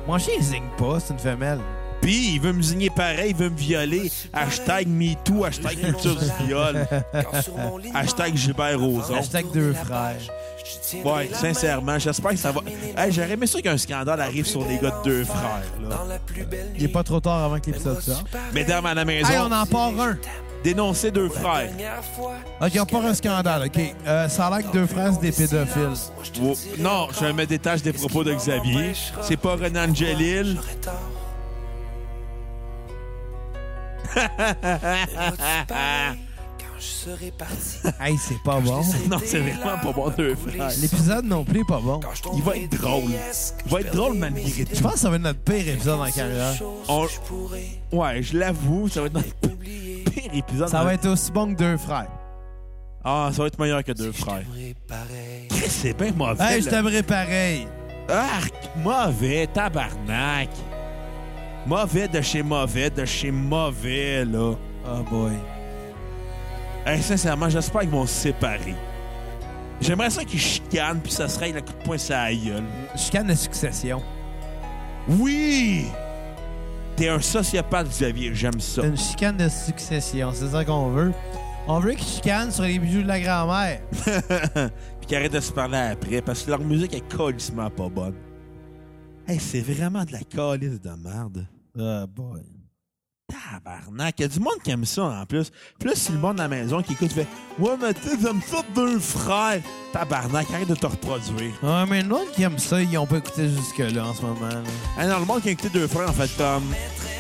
[SPEAKER 3] Mon chien, il zigne pas, c'est une femelle.
[SPEAKER 1] Puis il veut me zigner pareil, il veut me violer. Hashtag MeToo, hashtag culture du viol,
[SPEAKER 2] Quand sur mon lit de
[SPEAKER 1] hashtag
[SPEAKER 2] mort,
[SPEAKER 1] Gilbert Rozon.
[SPEAKER 3] Hashtag
[SPEAKER 2] tourner
[SPEAKER 3] deux
[SPEAKER 2] la
[SPEAKER 3] frères.
[SPEAKER 2] page, je tiendrai
[SPEAKER 1] Ouais,
[SPEAKER 2] la main
[SPEAKER 1] sincèrement, j'espère que ça va. Hey, J'aurais aimé ça qu'un scandale
[SPEAKER 2] dans le
[SPEAKER 1] arrive
[SPEAKER 2] plus
[SPEAKER 1] sur les
[SPEAKER 2] bel
[SPEAKER 1] gars de deux
[SPEAKER 2] enfer,
[SPEAKER 1] frères. Là.
[SPEAKER 2] Dans la plus belle
[SPEAKER 3] Il est pas trop tard avant que l'épisode
[SPEAKER 2] nuit,
[SPEAKER 3] sorte.
[SPEAKER 1] Mesdames à la maison,
[SPEAKER 3] Hey, on en part un.
[SPEAKER 1] dénoncer deux frères.
[SPEAKER 2] dernière fois,
[SPEAKER 3] OK, on part un scandale, OK. Euh, ça a l'air que deux frères, c'est des pédophiles.
[SPEAKER 2] moi, je te
[SPEAKER 1] Wow.
[SPEAKER 2] dirai
[SPEAKER 1] Non,
[SPEAKER 2] encore,
[SPEAKER 1] je me détache des propos de Xavier. C'est pas Renan Angelil.
[SPEAKER 2] j'aurais tort. Ne vas-tu parler quand je serai parti?
[SPEAKER 3] Hey, c'est pas bon.
[SPEAKER 1] Non, c'est vraiment pas bon, deux frères.
[SPEAKER 3] L'épisode non plus est pas bon.
[SPEAKER 2] Quand je
[SPEAKER 1] Il va
[SPEAKER 2] tomberai
[SPEAKER 1] être
[SPEAKER 2] des
[SPEAKER 1] drôle.
[SPEAKER 2] liesses,
[SPEAKER 1] Il va
[SPEAKER 2] je
[SPEAKER 1] être drôle,
[SPEAKER 2] perdrai mes
[SPEAKER 1] malgré
[SPEAKER 3] Je
[SPEAKER 1] tout.
[SPEAKER 3] pense que ça va être notre pire épisode en carrière.
[SPEAKER 2] choses
[SPEAKER 1] On-
[SPEAKER 2] que je pourrais
[SPEAKER 1] Ouais, je l'avoue, ça va être notre
[SPEAKER 2] oublier.
[SPEAKER 1] pire épisode.
[SPEAKER 3] Ça va être aussi bon que deux frères.
[SPEAKER 1] Ah, ça va être meilleur que deux frères.
[SPEAKER 2] J'aimerais pareil.
[SPEAKER 1] Chris, C'est bien mauvais.
[SPEAKER 3] Hey, je
[SPEAKER 1] là.
[SPEAKER 3] t'aimerais pareil.
[SPEAKER 1] Arc, mauvais, tabarnak. Mauvais de chez mauvais, de chez mauvais, là. Ah,
[SPEAKER 3] Oh boy.
[SPEAKER 1] Hey, sincèrement, j'espère qu'ils vont se séparer. J'aimerais ça qu'ils chicanent, puis ça se règle à coup de poing sur la gueule.
[SPEAKER 3] Chicane de succession.
[SPEAKER 1] Oui! T'es un sociopathe, Xavier, j'aime ça.
[SPEAKER 3] C'est une chicane de succession, c'est ça qu'on veut. On veut qu'ils chicanent sur les bijoux de la grand-mère.
[SPEAKER 1] puis qu'ils arrêtent de se parler après, parce que leur musique est colissement pas bonne. Hey, c'est vraiment de la colisse de merde.
[SPEAKER 3] Oh boy.
[SPEAKER 1] Tabarnak, il y a du monde qui aime ça en plus. Plus c'est le monde à la maison qui écoute, fait Ouais, mais tu sais, j'aime ça deux frères. Tabarnak, arrête de te reproduire.
[SPEAKER 3] Ouais, mais le monde qui aime ça, ils ont pas écouté jusque-là en ce moment. là.
[SPEAKER 1] Ah non, le monde qui a écouté deux frères, en fait, comme.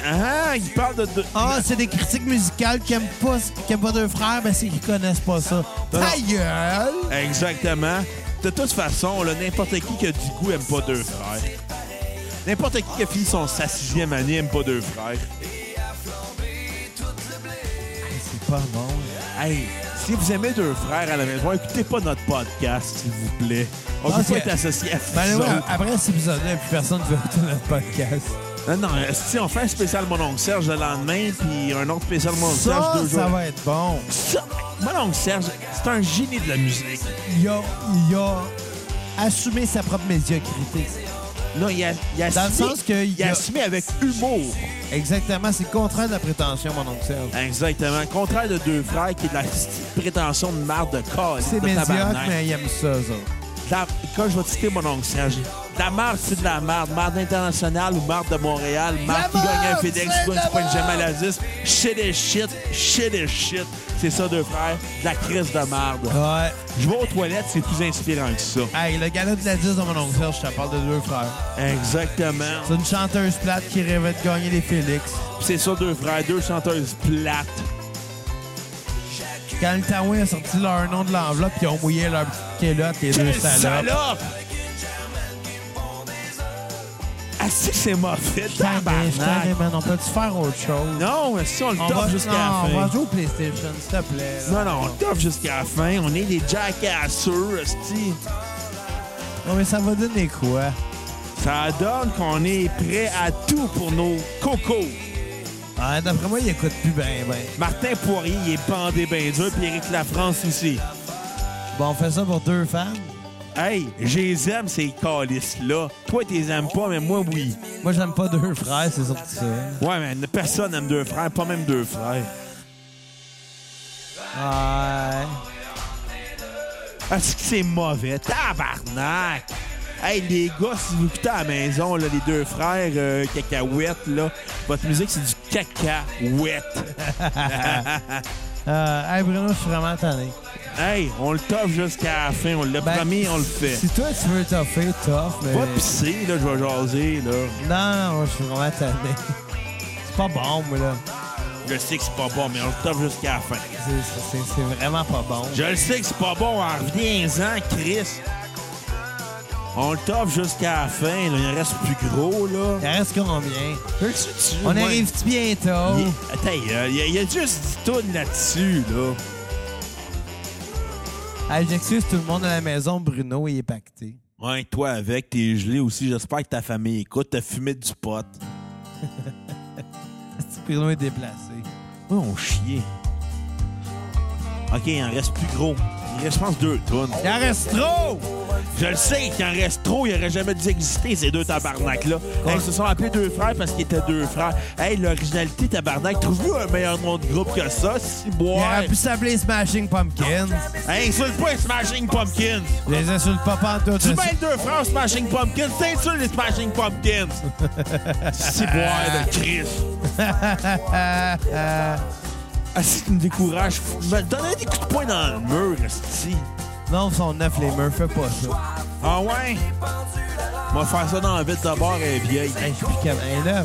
[SPEAKER 1] Ah, il parle de deux.
[SPEAKER 3] Ah, c'est des critiques musicales qui aiment pas, qui aiment pas deux frères, ben c'est qu'ils connaissent pas ça.
[SPEAKER 1] Non, non.
[SPEAKER 3] Ta gueule!
[SPEAKER 1] Exactement. De toute façon, là, n'importe qui qui a du goût aime pas deux frères. N'importe qui qui a fini son, sa sixième année aime pas deux frères.
[SPEAKER 3] C'est pas bon.
[SPEAKER 1] Hey, si vous aimez deux frères à la maison, écoutez pas notre podcast, s'il vous plaît. On peut
[SPEAKER 3] Ah,
[SPEAKER 1] pas
[SPEAKER 3] c'est-
[SPEAKER 1] être associé à ça.
[SPEAKER 3] Ben ouais, après cet épisode-là, plus personne ne veut écouter notre podcast.
[SPEAKER 1] Non, non, euh, si on fait un spécial Mon Oncle Serge le lendemain, puis un autre spécial Mon Oncle
[SPEAKER 3] Ça,
[SPEAKER 1] Serge deux
[SPEAKER 3] ça
[SPEAKER 1] jours.
[SPEAKER 3] va être bon.
[SPEAKER 1] Ça, Mon Oncle Serge, c'est un génie de la musique.
[SPEAKER 3] Il a, il a assumé sa propre médiocrité.
[SPEAKER 1] Non, il a, il a
[SPEAKER 3] Dans le
[SPEAKER 1] assumé-
[SPEAKER 3] sens que il
[SPEAKER 1] il a
[SPEAKER 3] a-
[SPEAKER 1] assumé avec humour.
[SPEAKER 3] Exactement, c'est le contraire de la prétention, mon oncle Serge.
[SPEAKER 1] Exactement. Contraire de deux frères qui est de la petite prétention de marde de corps.
[SPEAKER 3] C'est médiocre, mais il aime ça, eux autres.
[SPEAKER 1] Quand je vais citer mon oncle Serge, de la marde, c'est de la marde. Marde internationale ou marde de Montréal. Marde qui
[SPEAKER 3] La
[SPEAKER 1] gagne un
[SPEAKER 3] marde,
[SPEAKER 1] FedEx
[SPEAKER 3] c'est
[SPEAKER 1] ou une
[SPEAKER 3] de la
[SPEAKER 1] pointe jamais la
[SPEAKER 3] marde.
[SPEAKER 1] 10. Shit is shit. Shit is shit. C'est ça, deux frères. De la crise de marde.
[SPEAKER 3] Ouais.
[SPEAKER 1] Je vais aux toilettes, c'est plus inspirant que ça.
[SPEAKER 3] Hey, le gala de la 10 de mon oncle Serge, je te parle de deux frères.
[SPEAKER 1] Exactement.
[SPEAKER 3] C'est une chanteuse plate qui rêvait de gagner les Félix.
[SPEAKER 1] C'est ça, deux frères, deux chanteuses plates.
[SPEAKER 3] Quand le Taouin a sorti leur nom de l'enveloppe, ils ont mouillé leur petite kélotte, les deux
[SPEAKER 1] Quelle
[SPEAKER 3] salopes.
[SPEAKER 1] salope! Ah, si c'est mauvais,
[SPEAKER 3] Je t'en ai, ben, je t'en ai,
[SPEAKER 1] tabarnak!
[SPEAKER 3] man. On peut-tu faire autre chose?
[SPEAKER 1] Non, si on le
[SPEAKER 3] On va,
[SPEAKER 1] top jusqu'à
[SPEAKER 3] non,
[SPEAKER 1] la
[SPEAKER 3] on va
[SPEAKER 1] fin.
[SPEAKER 3] jouer au PlayStation, s'il te plaît. là.
[SPEAKER 1] Non, non, on le top jusqu'à la fin. On est des jackasseurs, esti.
[SPEAKER 3] Non, mais ça va donner quoi?
[SPEAKER 1] Ça donne qu'on est prêt à tout pour nos cocos.
[SPEAKER 3] Ah, D'après moi, ils écoutent plus ben, ben.
[SPEAKER 1] Martin Poirier, il est bandé ben dur, puis Éric Lafrance aussi.
[SPEAKER 3] Bon, on fait ça pour deux fans.
[SPEAKER 1] Hey, je les aime, ces calices-là. Toi, tu les aimes pas, mais moi, oui.
[SPEAKER 3] Moi, j'aime pas deux frères, c'est surtout ça.
[SPEAKER 1] Ouais, mais personne aime deux frères, pas même deux frères.
[SPEAKER 3] Ouais.
[SPEAKER 1] Est-ce que c'est mauvais? Tabarnak! Hey, les gars, si vous écoutez à la maison, là, les deux frères euh, cacahuètes, là, votre musique, c'est du cacahuète.
[SPEAKER 3] Euh, hey, Bruno, je suis vraiment tanné.
[SPEAKER 1] Hey, on le toffe jusqu'à la fin. On l'a
[SPEAKER 3] Ben,
[SPEAKER 1] promis, on le fait.
[SPEAKER 3] Si toi, tu veux toffer, toffe, mais...
[SPEAKER 1] Va pisser, là, je vais jaser, là.
[SPEAKER 3] Non, non, je suis vraiment tanné. C'est pas bon, moi, là.
[SPEAKER 1] Je sais que c'est pas bon, mais on le toffe jusqu'à la fin.
[SPEAKER 3] C'est- C'est c'est vraiment pas bon.
[SPEAKER 1] Je le sais que c'est pas bon, en reviens-en, Chris. On le toffe jusqu'à la fin, là. Il en reste plus gros, là.
[SPEAKER 3] Il reste combien?
[SPEAKER 1] Veux-tu- tu-
[SPEAKER 3] On
[SPEAKER 1] ouais.
[SPEAKER 3] arrive-tu bientôt?
[SPEAKER 1] Il- Attends, il y a- il y, a- il y a juste 10 tonnes là-dessus, là.
[SPEAKER 3] Hey, J'excuse tout le monde à la maison, Bruno, il est pacté.
[SPEAKER 1] Ouais, toi avec, t'es gelé aussi. J'espère que ta famille écoute. T'as fumé du pot.
[SPEAKER 3] Est-ce que Bruno est déplacé?
[SPEAKER 1] Oh, on chier. OK, il en reste plus gros. Il reste, je pense, deux tonnes.
[SPEAKER 3] Il en reste trop!
[SPEAKER 1] Je le sais qu'il en reste trop. Il aurait jamais dû exister, ces deux tabarnaks-là. Hey, ils se sont appelés deux frères parce qu'ils étaient deux frères. Hey, l'originalité tabarnak, trouve-nous un meilleur nom de groupe que ça, si
[SPEAKER 3] Il
[SPEAKER 1] bois.
[SPEAKER 3] aurait pu s'appeler Smashing Pumpkins.
[SPEAKER 1] Hey, insulte pas les Smashing Pumpkins.
[SPEAKER 3] Je les insulte pas pantoute.
[SPEAKER 1] Tu mêles deux frères Smashing Pumpkins, c'est sûr les Smashing Pumpkins. si bois de Chris.
[SPEAKER 3] euh,
[SPEAKER 1] Ah, si tu me décourages, me donner des coups de poing dans le mur, esti.
[SPEAKER 3] Non, ils sont neufs les murs, fais pas ça.
[SPEAKER 1] Ah ouais? On va faire ça dans la ville de bord, elle est vieille.
[SPEAKER 3] Hey, je suis plus capable. Hey, là,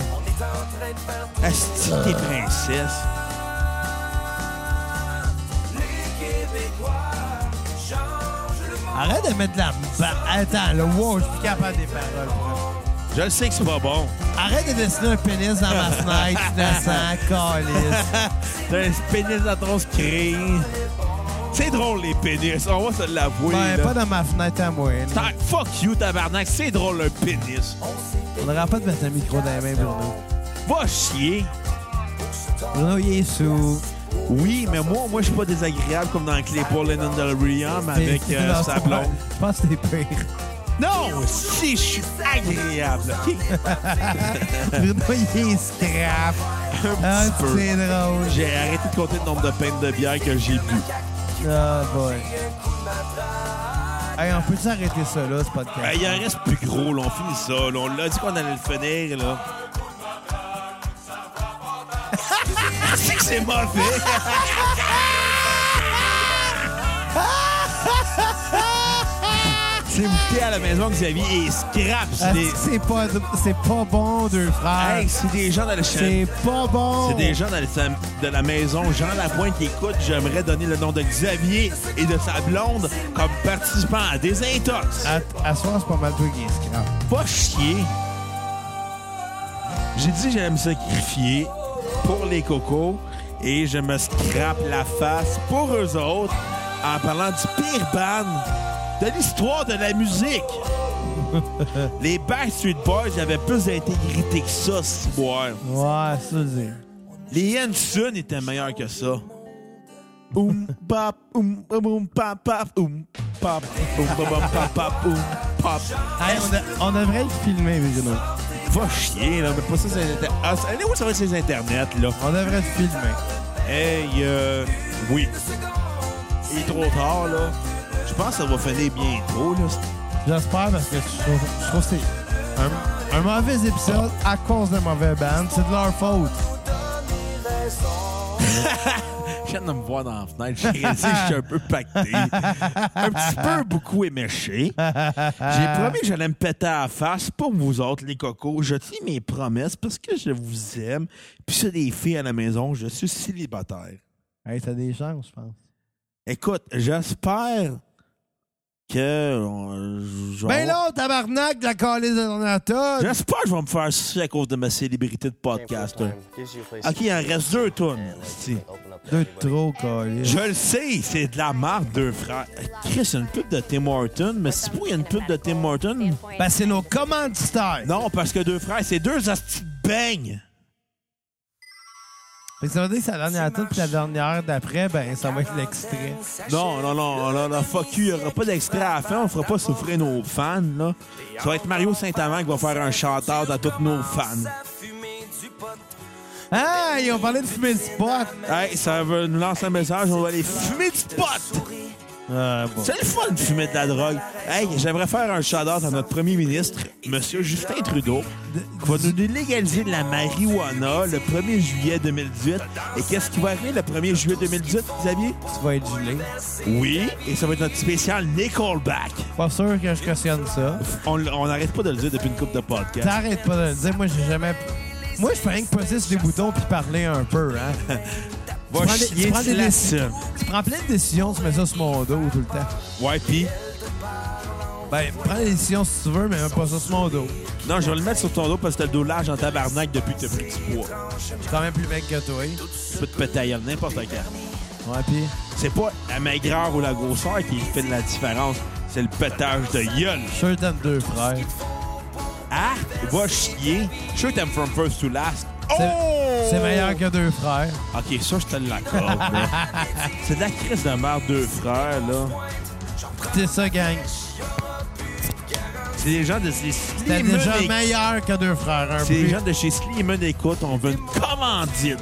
[SPEAKER 1] Asti, t'es princesse.
[SPEAKER 3] arrête de mettre de la... ba- Attends, là, wow, je suis plus capable des paroles. bro.
[SPEAKER 1] Je le sais que c'est pas bon.
[SPEAKER 3] Arrête de dessiner un pénis dans ma fenêtre, innocent, calice.
[SPEAKER 1] T'as un pénis à ton screen. C'est drôle, les pénis. On va se l'avouer.
[SPEAKER 3] Ben,
[SPEAKER 1] là.
[SPEAKER 3] pas dans ma fenêtre à moi. là.
[SPEAKER 1] Tac, Fuck you, tabarnak. C'est drôle, un pénis.
[SPEAKER 3] On n'aura pas de mettre un micro dans les mains, Bruno.
[SPEAKER 1] Va chier.
[SPEAKER 3] Bruno, il est sous.
[SPEAKER 1] Oui, mais moi, moi, je suis pas désagréable comme dans le clip pour Lennon Del Riam avec
[SPEAKER 3] T'es-
[SPEAKER 1] euh,
[SPEAKER 3] Non,
[SPEAKER 1] sa
[SPEAKER 3] c'est pas-
[SPEAKER 1] blonde.
[SPEAKER 3] Je pense que c'est pire.
[SPEAKER 1] Non, si, je suis agréable. ok?
[SPEAKER 3] Bruno, il est scrap. Ah,
[SPEAKER 1] Un petit peu.
[SPEAKER 3] c'est drôle.
[SPEAKER 1] J'ai arrêté de compter le nombre de peines de bière que j'ai bu.
[SPEAKER 3] Ah, boy. Hey, on peut s'arrêter ça, là, ce podcast?
[SPEAKER 1] Ben, il en reste plus gros, là. On finit ça, là. On l'a dit qu'on allait le finir, là. c'est que c'est mauvais. c'est bouquet à la maison, Xavier, et scrap. C'est
[SPEAKER 3] Ah,
[SPEAKER 1] des...
[SPEAKER 3] C'est pas, c'est pas bon, deux frères.
[SPEAKER 1] Hey, c'est des gens dans le
[SPEAKER 3] c'est pas bon.
[SPEAKER 1] C'est des gens dans le- de la maison, Jean Lapointe qui écoute. J'aimerais donner le nom de Xavier et de sa blonde comme participant à des intox.
[SPEAKER 3] À, à soir, c'est pas mal toi qui est scrap.
[SPEAKER 1] Pas chier. J'ai dit j'aime sacrifier pour les cocos et je me scrape la face pour eux autres en parlant du pire band de l'histoire de la musique. les Backstreet Boys avaient plus d'intégrité que ça, ce soir.
[SPEAKER 3] Ouais, ça, c'est.
[SPEAKER 1] Les Henson étaient meilleurs que ça. Oum, pap, oum, oum, oum, pap, pap, oum, pap, oum, pap, pap, pap, pap, oum, pap.
[SPEAKER 3] Hey, on, a- on devrait le filmer, Bruno.
[SPEAKER 1] Va chier, là, mais pas ça, c'est les inter- Ah, allez où ça va être ces internets, là?
[SPEAKER 3] On devrait le filmer.
[SPEAKER 1] Hey, euh, oui. Il est trop tard, là. Je pense que ça va finir bientôt, là.
[SPEAKER 3] J'espère parce que je trouve, je trouve que c'est un, un mauvais épisode à cause d'un mauvais band. C'est de leur faute.
[SPEAKER 1] Je viens de me voir dans la fenêtre. J'ai réalisé que je suis un peu pacté. un petit peu beaucoup éméché. J'ai promis que j'allais me péter à la face pour vous autres, les cocos. Je tiens mes promesses parce que je vous aime. Puis c'est des filles à la maison. Je suis célibataire.
[SPEAKER 3] Hey, t'as des chances, je pense.
[SPEAKER 1] Écoute, j'espère que... euh, je-
[SPEAKER 3] Ben là, tabarnak de la calice de Donata.
[SPEAKER 1] J'espère que je vais me faire sucer à cause de ma célébrité de podcaster. OK, il en reste deux tonnes. si.
[SPEAKER 3] Deux trop calice.
[SPEAKER 1] Je le sais, c'est de la marque, deux frères. Chris, il y a une pub de Tim Horton, mais si vous, il y a une pub de Tim Horton.
[SPEAKER 3] Ben, c'est nos commanditaires.
[SPEAKER 1] Non, parce que deux frères, c'est deux astis de beignes.
[SPEAKER 3] Fait que ça veut dire que c'est la dernière tune, puis la dernière d'après, ben, ça va être l'extrait.
[SPEAKER 1] Non, non, non, non, non, fuck you, il n'y aura pas d'extrait à la fin, on fera pas souffrir nos fans, là. Ça va être Mario Saint-Amand qui va faire un chanteur à tous nos fans.
[SPEAKER 3] Ah, ils ont parlé de fumer du pot.
[SPEAKER 1] Hey, ça veut nous lancer un message, on va aller fumer du pot!
[SPEAKER 3] Ah, bon.
[SPEAKER 1] C'est le fun de fumer de la drogue. Hey, j'aimerais faire un shout-out à notre premier ministre, M. Justin Trudeau, qui va nous légaliser de la marijuana le 1er juillet 2018. Et qu'est-ce qui va arriver le 1er juillet 2018, Xavier?
[SPEAKER 3] Tu vas être gelé.
[SPEAKER 1] Oui. Et ça va être notre spécial Nickelback.
[SPEAKER 3] Pas sûr que je cautionne ça.
[SPEAKER 1] On on n'arrête pas de le dire depuis une coupe de podcast.
[SPEAKER 3] T'arrêtes pas de le dire, moi, j'ai jamais. Moi, je fais rien que poser sur les boutons puis parler un peu, hein.
[SPEAKER 1] Va
[SPEAKER 3] tu prends des-
[SPEAKER 1] chier,
[SPEAKER 3] tu prends
[SPEAKER 1] tu
[SPEAKER 3] des
[SPEAKER 1] l'assumes.
[SPEAKER 3] Tu prends plein de décisions, tu mets ça sur mon dos tout le temps.
[SPEAKER 1] Ouais, pis...
[SPEAKER 3] Ben, prends des décisions si tu veux, mais mets pas ça sur mon dos.
[SPEAKER 1] Non, je vais le mettre sur ton dos parce que t'as le dos large en tabarnak depuis que t'as pris du poids.
[SPEAKER 3] Je suis quand même plus mec que toi. Ouais,
[SPEAKER 1] Tu peux te péter la gueule n'importe quand.
[SPEAKER 3] pis.
[SPEAKER 1] C'est pas la maigreur ou la grosseur qui fait de la différence, c'est le pétage de gueule.
[SPEAKER 3] Je suis sûr que t'aimes deux frères.
[SPEAKER 1] Oh! Ah, va chier. Je suis sûr que t'aimes From First to Last. Oh!
[SPEAKER 3] C'est meilleur que deux frères.
[SPEAKER 1] Ok, ça, je te l'accorde. là. c'est de la crise de merde, deux frères, là.
[SPEAKER 3] Écoutez ça, gang.
[SPEAKER 1] C'est les gens de chez
[SPEAKER 3] C'était
[SPEAKER 1] Slimane
[SPEAKER 3] déjà
[SPEAKER 1] Écoute.
[SPEAKER 3] meilleur que deux frères. Un
[SPEAKER 1] C'est les
[SPEAKER 3] peu.
[SPEAKER 1] gens de chez Slimane Écoute. On veut une commandite.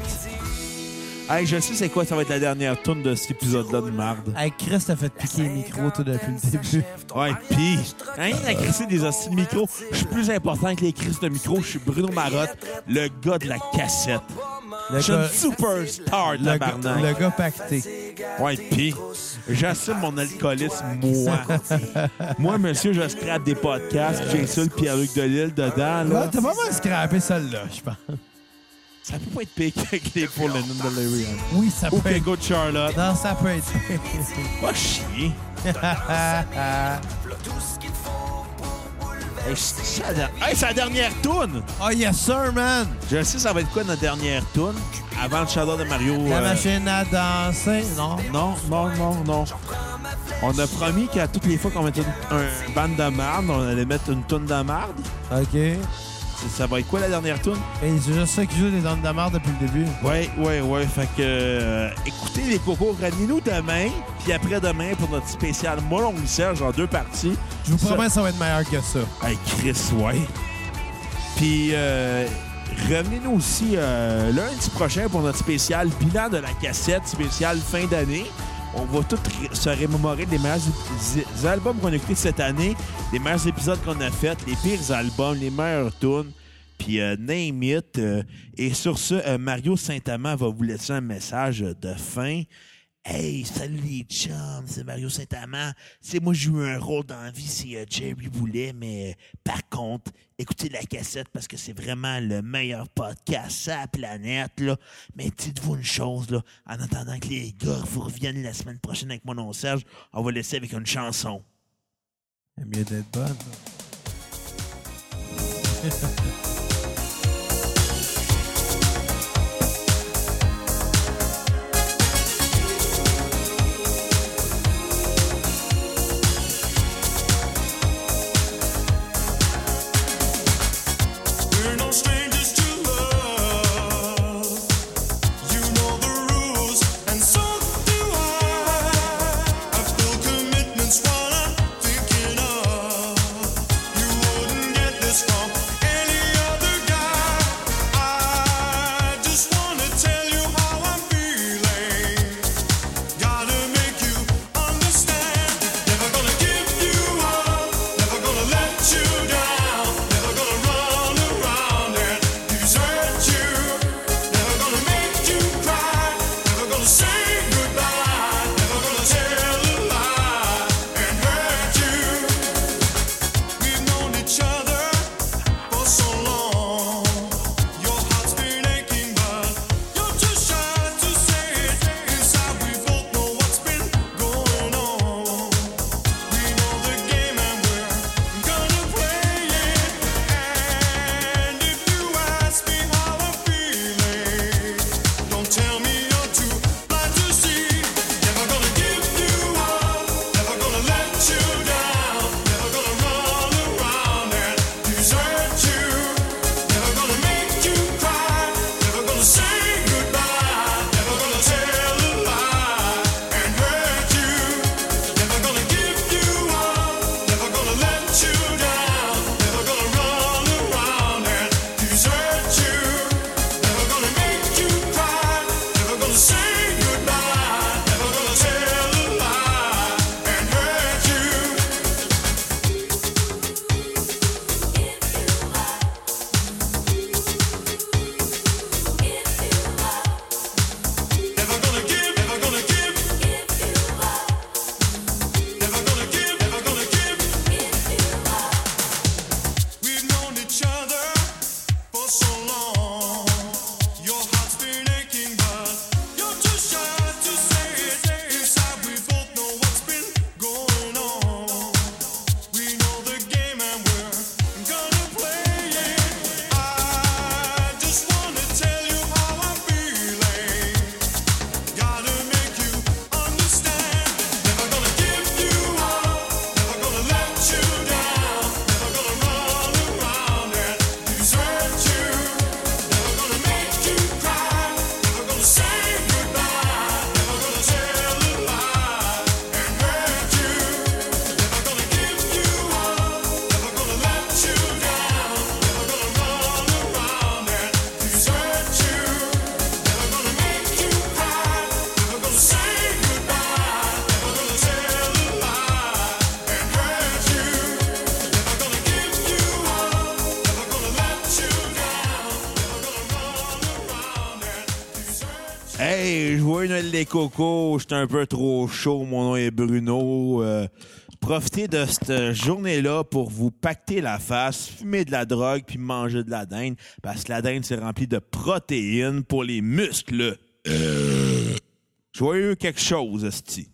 [SPEAKER 1] Hey, je sais c'est quoi, ça va être la dernière tourne de cet épisode-là de marde.
[SPEAKER 3] Hey, Chris t'a fait piquer les micros tout depuis le début.
[SPEAKER 1] Ouais, pis, rien à crisser des hosties de micro. Je suis plus important que les crises de micro. Je suis Bruno Marotte, le gars de la cassette.
[SPEAKER 3] Le
[SPEAKER 1] Je suis une
[SPEAKER 3] gars,
[SPEAKER 1] superstar,
[SPEAKER 3] le gars,
[SPEAKER 1] tabarnak.
[SPEAKER 3] le gars pacté.
[SPEAKER 1] Ouais, pis, j'assume mon alcoolisme, moi. moi, monsieur, je scrape des podcasts, j'insulte Pierre-Luc Delisle dedans,
[SPEAKER 3] Ouais,
[SPEAKER 1] là.
[SPEAKER 3] T'as pas mal scrappé celle-là, je pense.
[SPEAKER 1] Ça peut pas être pire que les pour le nom de Larry. hein.
[SPEAKER 3] Oui, ça
[SPEAKER 1] Ou
[SPEAKER 3] peut être.
[SPEAKER 1] Pingo de Charlotte.
[SPEAKER 3] Non, ça peut être.
[SPEAKER 1] Pas chier. Hey, c'est la der- Hey, c'est la dernière tourne!
[SPEAKER 3] oh, yes, sir, man!
[SPEAKER 1] Je sais ça va être quoi notre dernière tourne avant le Shadow de Mario.
[SPEAKER 3] La
[SPEAKER 1] euh,
[SPEAKER 3] machine à danser, non?
[SPEAKER 1] Non, non, non, non. On a promis qu'à toutes les fois qu'on mettait une, un bande de marde, on allait mettre une tourne de marde.
[SPEAKER 3] OK. Et
[SPEAKER 1] Ça- Ça va être quoi la dernière tourne?
[SPEAKER 3] c'est juste ça qui joue des ondes de merde depuis le début.
[SPEAKER 1] Ouais, ouais, ouais. Fait que euh, écoutez les cocos, ramenez-nous demain, puis après-demain pour notre spécial Molon Serge en deux parties.
[SPEAKER 3] Je vous
[SPEAKER 1] Ça-
[SPEAKER 3] promets, ça va être meilleur que ça.
[SPEAKER 1] Hey, Chris, ouais. Puis euh, revenez-nous aussi euh, lundi prochain pour notre spécial bilan de la cassette, spécial fin d'année. On va tout ré- se rémémorer des meilleurs ép- des albums qu'on a écoutés cette année, les meilleurs épisodes qu'on a faits, les pires albums, les meilleurs tunes, puis euh, name it. euh, et sur ce, euh, Mario Saint-Amand va vous laisser un message de fin. Hey, salut les chums, c'est Mario Saint-Amand. C'est moi, j'ai eu un rôle dans la vie, c'est euh, Jerry Boulet, mais euh, par contre, écoutez la cassette parce que c'est vraiment le meilleur podcast à la planète, là. Mais dites-vous une chose, là, en attendant que les gars vous reviennent la semaine prochaine avec mon nom Serge, on va laisser avec une chanson.
[SPEAKER 3] C'est mieux d'être bonne. hein. ça.
[SPEAKER 5] We're no strangers to love. You know the rules, and so do I. I feel commitments while I'm thinking of. You wouldn't get this from any other.
[SPEAKER 1] Hey, joyeux Noël les cocos, j'étais un peu trop chaud, mon nom est Bruno. Euh, profitez de cette journée-là pour vous pacter la face, fumer de la drogue, puis manger de la dinde, parce que la dinde, c'est rempli de protéines pour les muscles. Euh. Joyeux quelque chose, Sti.